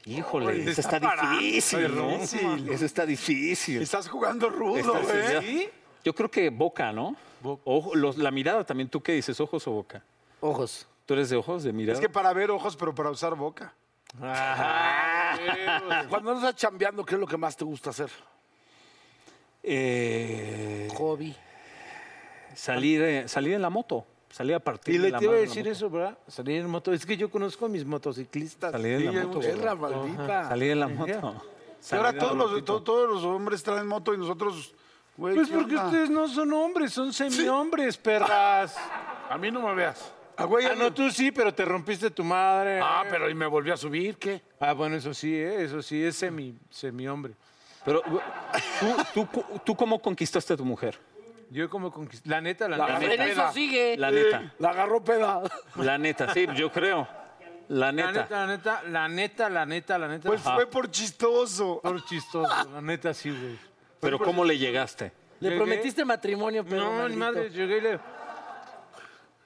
[SPEAKER 8] Híjole,
[SPEAKER 5] Oye,
[SPEAKER 8] eso
[SPEAKER 5] está
[SPEAKER 8] está
[SPEAKER 5] parado,
[SPEAKER 8] difícil,
[SPEAKER 5] está
[SPEAKER 8] ¿no?
[SPEAKER 5] difícil.
[SPEAKER 8] Eso está difícil.
[SPEAKER 1] Estás jugando rudo,
[SPEAKER 8] Está-
[SPEAKER 1] güey.
[SPEAKER 8] ya-
[SPEAKER 5] ¿Sí?
[SPEAKER 8] Yo creo que boca, ¿no? Ojo, los- la mirada también. ¿Tú qué dices, ojos o boca?
[SPEAKER 2] Ojos.
[SPEAKER 8] ¿Tú eres de ojos, de mirada?
[SPEAKER 1] Es que para ver ojos, pero para usar boca.
[SPEAKER 3] Cuando no estás chambeando, ¿qué es lo que más te gusta hacer?
[SPEAKER 8] Eh,
[SPEAKER 2] Hobby.
[SPEAKER 8] salir, eh, salir en la moto, salir a partir
[SPEAKER 5] Y
[SPEAKER 8] de
[SPEAKER 5] le
[SPEAKER 8] la
[SPEAKER 5] te iba a
[SPEAKER 8] madre en la
[SPEAKER 5] decir
[SPEAKER 8] moto.
[SPEAKER 5] eso, ¿verdad? Salir en moto. Es que yo conozco a mis motociclistas.
[SPEAKER 8] Salir en la moto.
[SPEAKER 3] Es la
[SPEAKER 8] güey.
[SPEAKER 3] maldita.
[SPEAKER 8] Salir en la moto.
[SPEAKER 1] Y ahora todos los, to- todos los hombres traen moto y nosotros, güey.
[SPEAKER 5] Pues
[SPEAKER 1] ¿qué
[SPEAKER 5] porque
[SPEAKER 1] onda?
[SPEAKER 5] ustedes no son hombres, son semihombres, perras.
[SPEAKER 3] A mí no me veas.
[SPEAKER 1] Ah, güey,
[SPEAKER 5] Ah, no, tú sí, pero te rompiste tu madre.
[SPEAKER 3] Ah, pero y me volví a subir, ¿qué?
[SPEAKER 5] Ah, bueno, eso sí, ¿eh? eso sí, es semi, semihombre.
[SPEAKER 8] Pero güey, ¿tú, tú, cu- tú cómo conquistaste a tu mujer?
[SPEAKER 5] Yo como conquisté. La neta, la,
[SPEAKER 3] La
[SPEAKER 5] neta.
[SPEAKER 2] En
[SPEAKER 3] neta.
[SPEAKER 2] eso sigue.
[SPEAKER 8] La neta,
[SPEAKER 3] La agarró peda.
[SPEAKER 8] la neta, sí, yo creo. La
[SPEAKER 5] La
[SPEAKER 8] neta.
[SPEAKER 5] neta, la neta, la neta, la neta, la neta.
[SPEAKER 1] Pues fue por chistoso.
[SPEAKER 5] Por chistoso, la neta sí, güey.
[SPEAKER 8] Pero ¿cómo le llegaste?
[SPEAKER 2] Le
[SPEAKER 5] Llegué.
[SPEAKER 2] prometiste matrimonio, pero.
[SPEAKER 5] No, ni
[SPEAKER 2] maldito.
[SPEAKER 5] madre, llegué y le...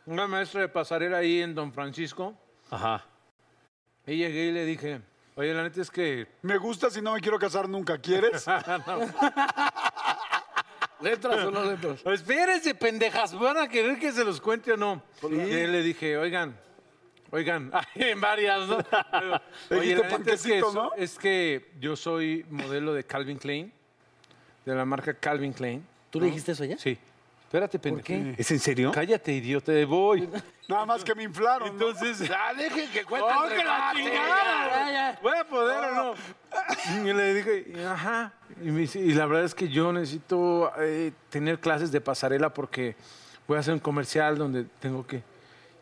[SPEAKER 5] Una maestra de pasarela ahí en Don Francisco.
[SPEAKER 8] Ajá.
[SPEAKER 5] Y llegué y le dije, oye, la neta es que...
[SPEAKER 1] Me gusta si no me quiero casar nunca. ¿Quieres?
[SPEAKER 3] ¿Letras o no letras?
[SPEAKER 5] Pues Espérense, pendejas, ¿van a querer que se los cuente o no?
[SPEAKER 3] Pues
[SPEAKER 5] Y le dije, oigan, oigan, en varias, ¿no?
[SPEAKER 1] Dijiste
[SPEAKER 5] la neta es que,
[SPEAKER 1] panquecito,
[SPEAKER 5] so-
[SPEAKER 1] ¿no?
[SPEAKER 5] es que yo soy modelo de Calvin Klein, de la marca Calvin Klein.
[SPEAKER 2] ¿Tú le dijiste eso ya?
[SPEAKER 5] Sí. Espérate, pendejo.
[SPEAKER 2] qué?
[SPEAKER 8] ¿Es en serio?
[SPEAKER 5] Cállate, idiota, te voy.
[SPEAKER 1] Nada más que me inflaron. ¿no?
[SPEAKER 5] Entonces...
[SPEAKER 3] Ya, dejen que cuente.
[SPEAKER 5] ¡Oh,
[SPEAKER 3] el
[SPEAKER 5] que la
[SPEAKER 3] remate.
[SPEAKER 5] chingada!
[SPEAKER 2] ya, ya.
[SPEAKER 5] ¿Voy a poder o no? Y le dije, ajá. Y, me dice, "Y la verdad es que yo necesito eh, tener clases de pasarela porque voy a hacer un comercial donde tengo que...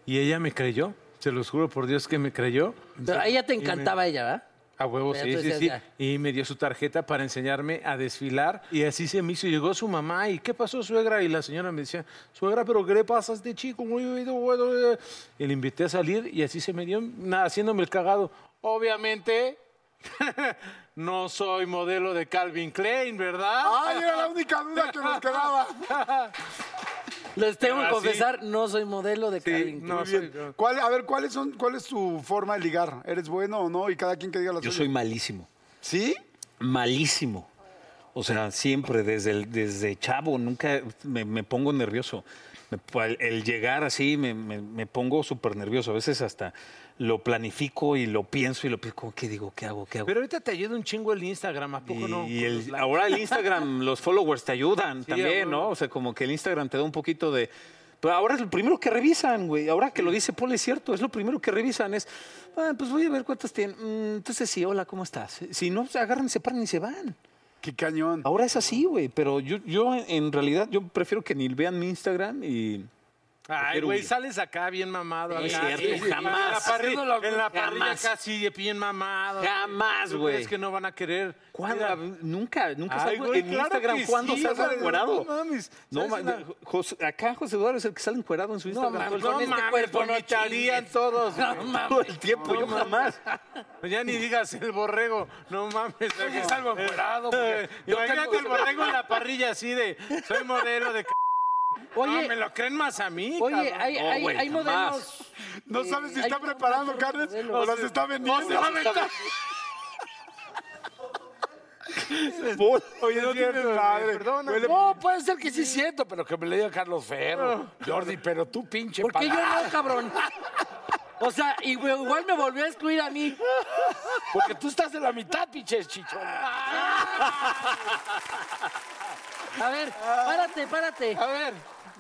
[SPEAKER 5] Y ella me creyó, se los juro por Dios que me creyó.
[SPEAKER 2] Pero a ella te encantaba ella, ¿verdad?
[SPEAKER 5] A huevo,
[SPEAKER 2] Ya
[SPEAKER 5] sí,
[SPEAKER 2] tú
[SPEAKER 5] sí,
[SPEAKER 2] decías,
[SPEAKER 5] sí.
[SPEAKER 2] ya.
[SPEAKER 5] Y me dio su tarjeta para enseñarme a desfilar. Y así se me hizo. Llegó su mamá. ¿Y qué pasó, suegra? Y la señora me decía, suegra, ¿pero qué le pasa a este chico? Muy, muy, muy, muy". Y le invité a salir y así se me dio, nada, haciéndome el cagado. Obviamente, no soy modelo de Calvin Klein, ¿verdad?
[SPEAKER 1] Ay, era la única duda que nos quedaba.
[SPEAKER 2] Les tengo que
[SPEAKER 5] Ahora Ah, sí.
[SPEAKER 2] confesar, no soy modelo de
[SPEAKER 5] Sí,
[SPEAKER 2] Calvin.
[SPEAKER 5] no, soy, no.
[SPEAKER 1] ¿Cuál, a ver, ¿cuál es, un- ¿cuál es tu forma de ligar? ¿Eres bueno o no? Y cada quien que diga la
[SPEAKER 8] Yo
[SPEAKER 1] suya.
[SPEAKER 8] soy malísimo.
[SPEAKER 1] ¿Sí?
[SPEAKER 8] malísimo. O sea, siempre, desde, el- desde chavo, nunca me, me pongo nervioso. Me po- el, el llegar así me, me- me pongo súper nervioso. A veces hasta lo planifico y lo pienso y lo pienso, como, ¿qué digo? ¿Qué hago? ¿Qué hago?
[SPEAKER 5] Pero ahorita te ayuda un chingo el Instagram, ¿a poco
[SPEAKER 8] y
[SPEAKER 5] no? Pues
[SPEAKER 8] y
[SPEAKER 5] Con
[SPEAKER 8] el-
[SPEAKER 5] los likes.
[SPEAKER 8] ahora el Instagram, los followers te ayudan
[SPEAKER 5] Sí, a
[SPEAKER 8] también,
[SPEAKER 5] huevo.
[SPEAKER 8] ¿no? O sea, como que el Instagram te da un poquito de... Pero ahora es lo primero que revisan, güey. Ahora que lo dice Paul, es cierto, es lo primero que revisan. Es, "Ah, pues voy a ver cuántas tienen. Mm, entonces, sí, hola, ¿cómo estás? Si no, se agarran, se paran y se van.
[SPEAKER 1] Qué cañón.
[SPEAKER 8] Ahora es así, güey, pero yo, yo en realidad yo prefiero que ni vean mi Instagram y,
[SPEAKER 5] Ay,
[SPEAKER 8] Prefiero
[SPEAKER 5] güey,
[SPEAKER 8] huir.
[SPEAKER 5] sales acá bien mamado.
[SPEAKER 8] No es
[SPEAKER 5] acá.
[SPEAKER 8] cierto, jamás.
[SPEAKER 5] En la, parri-
[SPEAKER 8] Haciendo lo-
[SPEAKER 5] en la parrilla
[SPEAKER 8] jamás.
[SPEAKER 5] casi bien mamado.
[SPEAKER 8] Jamás,
[SPEAKER 5] ¿Tú
[SPEAKER 8] güey.
[SPEAKER 5] crees que no van a querer?
[SPEAKER 8] ¿Cuándo?
[SPEAKER 5] Mira,
[SPEAKER 8] Nunca, nunca
[SPEAKER 5] Ay,
[SPEAKER 8] salgo
[SPEAKER 5] güey,
[SPEAKER 8] en
[SPEAKER 5] claro
[SPEAKER 8] Instagram.
[SPEAKER 5] que
[SPEAKER 8] ¿Cuándo
[SPEAKER 5] sí,
[SPEAKER 8] salgo
[SPEAKER 5] güey,
[SPEAKER 8] encuerado?
[SPEAKER 5] No mames.
[SPEAKER 8] No,
[SPEAKER 5] ¿Sabes
[SPEAKER 8] ma-
[SPEAKER 5] una-
[SPEAKER 8] José- acá José Eduardo es el que sale encuerado en su
[SPEAKER 5] No, mames,
[SPEAKER 8] Instagram. todo el-
[SPEAKER 5] no
[SPEAKER 8] con este
[SPEAKER 5] mames,
[SPEAKER 8] cuerpo no
[SPEAKER 5] vomitarían
[SPEAKER 8] chingues.
[SPEAKER 5] todos.
[SPEAKER 8] No,
[SPEAKER 5] güey.
[SPEAKER 8] todo el tiempo, yo jamás.
[SPEAKER 5] Pues Ya ni digas el borrego, no mames.
[SPEAKER 3] que salgo encuerado, porque yo
[SPEAKER 5] Imagínate
[SPEAKER 3] tengo-
[SPEAKER 5] el borrego en la parrilla así de, soy modelo de... c-".
[SPEAKER 2] Oye,
[SPEAKER 5] no, me lo creen más a mí,
[SPEAKER 2] oye,
[SPEAKER 5] cabrón.
[SPEAKER 2] hay,
[SPEAKER 8] No,
[SPEAKER 2] hay,
[SPEAKER 8] güey,
[SPEAKER 2] hay
[SPEAKER 8] jamás.
[SPEAKER 2] modelos.
[SPEAKER 1] No
[SPEAKER 2] eh,
[SPEAKER 1] sabes si
[SPEAKER 2] hay
[SPEAKER 1] está
[SPEAKER 2] como
[SPEAKER 1] preparando
[SPEAKER 2] cuatro
[SPEAKER 1] carnes o
[SPEAKER 2] modelos.
[SPEAKER 1] las está vendiendo. Oye, no tienes madre. Huele-
[SPEAKER 3] No, puede ser que sí siento, pero que me le diga Carlos Ferro. Jordi, pero tú pinche
[SPEAKER 2] ¿Por qué yo
[SPEAKER 3] pagado.
[SPEAKER 2] no, cabrón? O sea, y me- igual me volvió a excluir a mí.
[SPEAKER 3] Porque tú estás en la mitad, pinches chichón.
[SPEAKER 2] A ver, párate, párate.
[SPEAKER 5] A ver,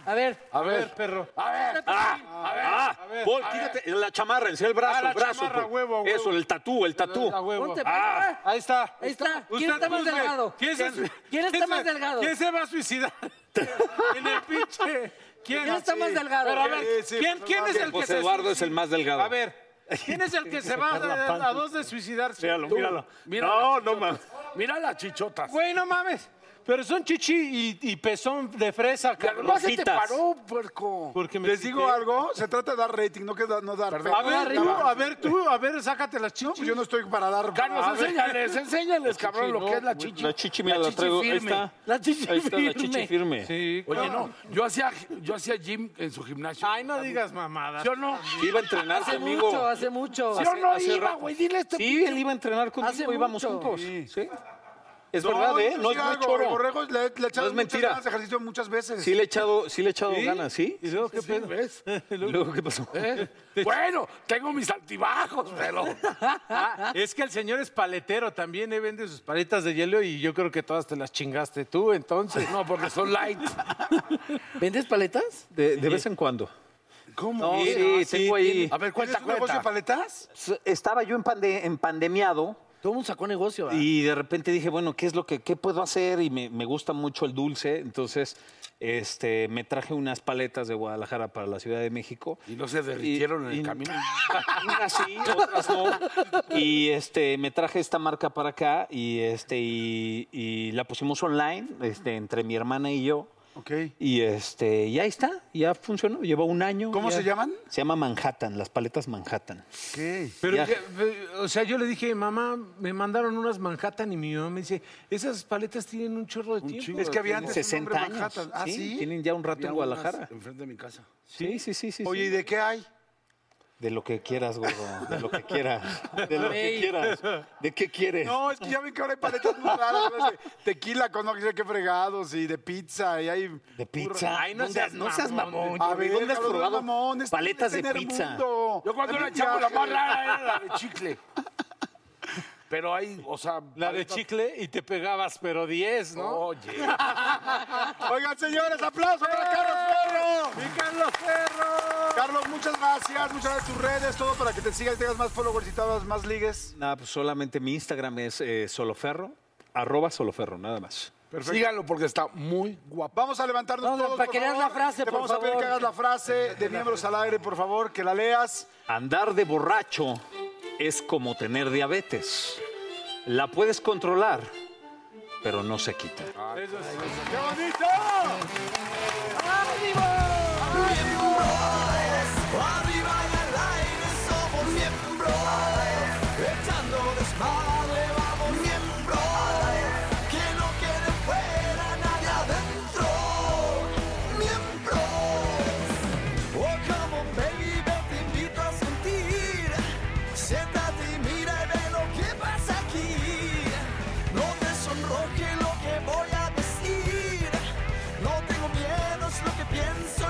[SPEAKER 2] A ver,
[SPEAKER 3] A ver,
[SPEAKER 5] perro.
[SPEAKER 3] a ver.
[SPEAKER 8] Ah, ah, Paul, quítate la chamarra, encima el brazo,
[SPEAKER 5] Ah, la
[SPEAKER 8] el brazo.
[SPEAKER 5] chamarra,
[SPEAKER 8] Paul.
[SPEAKER 5] huevo, huevo.
[SPEAKER 8] Eso, el tatú, el tatú.
[SPEAKER 5] A huevo.
[SPEAKER 2] ponte.
[SPEAKER 4] 哎
[SPEAKER 8] Ah.
[SPEAKER 5] Ahí está.
[SPEAKER 2] Ahí está. ¿Quién
[SPEAKER 5] Usted
[SPEAKER 2] está más
[SPEAKER 5] juzgue.
[SPEAKER 2] delgado?
[SPEAKER 5] ¿Quién, se-
[SPEAKER 2] ¿Quién está
[SPEAKER 5] se-
[SPEAKER 2] más delgado?
[SPEAKER 5] ¿Quién se va a suicidar? en el pinche. ¿Quién,
[SPEAKER 2] ¿Quién está más delgado?
[SPEAKER 5] Pero a ver,
[SPEAKER 1] Sí, sí,
[SPEAKER 5] ¿quién,
[SPEAKER 1] no
[SPEAKER 8] pues,
[SPEAKER 5] quién es
[SPEAKER 1] mames.
[SPEAKER 5] el que
[SPEAKER 8] José
[SPEAKER 5] se
[SPEAKER 8] Eduardo es
[SPEAKER 5] suicida?
[SPEAKER 8] el más delgado.
[SPEAKER 5] A ver, ¿quién es el que se va a, a dos de suicidarse?
[SPEAKER 8] Míralo,
[SPEAKER 5] Tú.
[SPEAKER 8] míralo.
[SPEAKER 3] Mira
[SPEAKER 8] No,
[SPEAKER 3] las
[SPEAKER 8] no
[SPEAKER 3] chichotas.
[SPEAKER 8] mames.
[SPEAKER 3] Mira las chichotas.
[SPEAKER 5] Güey, no mames. Pero son chichi y, y pezón de fresa,
[SPEAKER 3] Y además
[SPEAKER 5] cabrón.
[SPEAKER 3] se te
[SPEAKER 8] Rositas.
[SPEAKER 3] paró, puerco.
[SPEAKER 5] Porque me
[SPEAKER 1] Les digo
[SPEAKER 5] excité.
[SPEAKER 1] algo, se trata de dar rating, no que da- no dar.
[SPEAKER 3] Perdón.
[SPEAKER 5] A
[SPEAKER 1] pena.
[SPEAKER 5] ver, tú, a ver, tú, a ver, sácate las
[SPEAKER 1] No,
[SPEAKER 5] chichis.
[SPEAKER 1] pues yo no estoy para dar.
[SPEAKER 3] Carlos,
[SPEAKER 1] A ver.
[SPEAKER 3] enséñales, enséñales, cabrón, lo
[SPEAKER 5] no,
[SPEAKER 3] que es la chichi.
[SPEAKER 8] La chichi, mira, la,
[SPEAKER 3] chichi
[SPEAKER 8] traigo. Ahí
[SPEAKER 3] firme.
[SPEAKER 8] está.
[SPEAKER 2] La chichi
[SPEAKER 8] Ahí está la
[SPEAKER 2] firme.
[SPEAKER 8] chichi firme.
[SPEAKER 5] Sí,
[SPEAKER 3] Oye, no, yo hacía, yo hacía gym en su gimnasio.
[SPEAKER 8] Ah,
[SPEAKER 5] Ay, no digas mamadas.
[SPEAKER 3] Yo no,
[SPEAKER 8] Iba a entrenar
[SPEAKER 2] Hace
[SPEAKER 8] conmigo.
[SPEAKER 2] mucho, hace mucho.
[SPEAKER 3] yo no
[SPEAKER 8] hace
[SPEAKER 3] iba,
[SPEAKER 8] rato.
[SPEAKER 3] güey, dile este
[SPEAKER 8] Sí, él iba a entrenar conmigo,
[SPEAKER 2] Hace
[SPEAKER 8] íbamos
[SPEAKER 2] mucho.
[SPEAKER 8] juntos. Sí. Es
[SPEAKER 1] No,
[SPEAKER 8] verdad, ¿eh?
[SPEAKER 1] yo
[SPEAKER 8] No
[SPEAKER 1] sí
[SPEAKER 8] es muy
[SPEAKER 1] hago,
[SPEAKER 8] choro.
[SPEAKER 1] borrego, le, le he echado muchas
[SPEAKER 8] es mentira.
[SPEAKER 1] ganas de ejercicio muchas veces.
[SPEAKER 8] Sí le he echado, sí le he echado
[SPEAKER 5] ¿Ah,
[SPEAKER 8] ganas, ¿sí?
[SPEAKER 5] ¿Y luego qué pedo?
[SPEAKER 3] ¿Ves?
[SPEAKER 8] Luego, ¿qué pasó?
[SPEAKER 3] ¿Eh? Bueno, tengo mis altibajos, pero.
[SPEAKER 5] Es que el señor es paletero, también eh, vende sus paletas de hielo y yo creo que todas te las chingaste tú, entonces.
[SPEAKER 3] No, porque son light.
[SPEAKER 2] ¿Vendes paletas?
[SPEAKER 8] De, de vez en cuando.
[SPEAKER 3] ¿Cómo?
[SPEAKER 8] No, sí,
[SPEAKER 3] Mira,
[SPEAKER 8] tengo ahí.
[SPEAKER 3] A ver,
[SPEAKER 1] ¿Tienes
[SPEAKER 3] cuenta,
[SPEAKER 1] un negocio de
[SPEAKER 3] cuenta.
[SPEAKER 1] paletas?
[SPEAKER 8] Estaba yo en pande- en pandemiado
[SPEAKER 2] Todo el mundo sacó negocio. ¿verdad?
[SPEAKER 8] Y de repente dije, bueno, ¿qué es lo que qué puedo hacer? Y me, me gusta mucho el dulce. Entonces, este, me traje unas paletas de Guadalajara para la Ciudad de México.
[SPEAKER 3] Y no se derritieron en
[SPEAKER 8] y-
[SPEAKER 3] el camino.
[SPEAKER 8] Unas sí, otras no. Y este, me traje esta marca para acá y, este, y, y la pusimos online este, entre mi hermana y yo.
[SPEAKER 1] Ok.
[SPEAKER 8] Y este, y ahí está, ya funcionó, lleva un año.
[SPEAKER 1] ¿Cómo
[SPEAKER 8] ya.
[SPEAKER 1] se llaman?
[SPEAKER 8] Se llama Manhattan, las paletas Manhattan.
[SPEAKER 1] Ok.
[SPEAKER 5] Pero,
[SPEAKER 8] Ya.
[SPEAKER 5] ya, eh, o sea, yo le dije, mamá, me mandaron unas Manhattan y mi mamá me dice, esas paletas tienen un chorro de tiempo.
[SPEAKER 1] Es que había antes un
[SPEAKER 8] 60
[SPEAKER 1] nombre
[SPEAKER 8] años.
[SPEAKER 1] Manhattan. Ah, sí.
[SPEAKER 8] Tienen ya un rato en Guadalajara.
[SPEAKER 3] Enfrente de mi casa.
[SPEAKER 8] Sí, sí, sí, sí.
[SPEAKER 1] Oye,
[SPEAKER 8] sí.
[SPEAKER 1] ¿y de qué hay?
[SPEAKER 8] De lo que quieras, gordo. De lo que quieras. De lo que
[SPEAKER 2] Ey.
[SPEAKER 8] quieras. ¿De qué quieres?
[SPEAKER 1] No, es que ya ven que ahora hay paletas muy raras. ¿verdad? De Tequila con no sé qué fregados y de pizza y hay...
[SPEAKER 8] de pizza.
[SPEAKER 5] Ay, no
[SPEAKER 8] ¿Dónde-
[SPEAKER 5] seas
[SPEAKER 8] no seas
[SPEAKER 5] mamón.
[SPEAKER 8] mamón.
[SPEAKER 1] A
[SPEAKER 8] güey.
[SPEAKER 1] ver,
[SPEAKER 8] ¿Dónde has
[SPEAKER 1] cabrón,
[SPEAKER 8] probado
[SPEAKER 1] mamón, es-
[SPEAKER 8] paletas de
[SPEAKER 1] es en el
[SPEAKER 8] pizza?
[SPEAKER 1] mundo.
[SPEAKER 3] Yo cuando
[SPEAKER 1] Es
[SPEAKER 3] era
[SPEAKER 1] un
[SPEAKER 3] chavo, la
[SPEAKER 1] viaje.
[SPEAKER 3] más rara era la de chicle. Pero hay, o sea.
[SPEAKER 5] La de chicle y te pegabas, pero 10, ¿no?
[SPEAKER 3] Oye.
[SPEAKER 1] Oigan, señores, aplausos para Carlos Ferro.
[SPEAKER 5] ¡Y Carlos Ferro!
[SPEAKER 1] Carlos, muchas gracias. Muchas gracias tus redes, todo para que te sigas, tengas más followers y tengas más ligues.
[SPEAKER 8] Nada, pues solamente mi Instagram es eh, soloferro. Arroba soloferro, nada más.
[SPEAKER 3] Síganlo porque está muy guapo.
[SPEAKER 1] Vamos a levantarnos
[SPEAKER 2] No, no,
[SPEAKER 1] todos,
[SPEAKER 2] para
[SPEAKER 1] por
[SPEAKER 2] que leas
[SPEAKER 1] favor.
[SPEAKER 2] la frase,
[SPEAKER 1] Te
[SPEAKER 2] por
[SPEAKER 1] vamos a pedir
[SPEAKER 2] favor.
[SPEAKER 1] que hagas la frase de miembros al aire, por favor, que la leas.
[SPEAKER 8] Andar de borracho es como tener diabetes. La puedes controlar, pero no se quita.
[SPEAKER 1] ¡Qué bonito!
[SPEAKER 9] Oh, sonroje lo que voy a decir. No tengo miedo, es lo que pienso.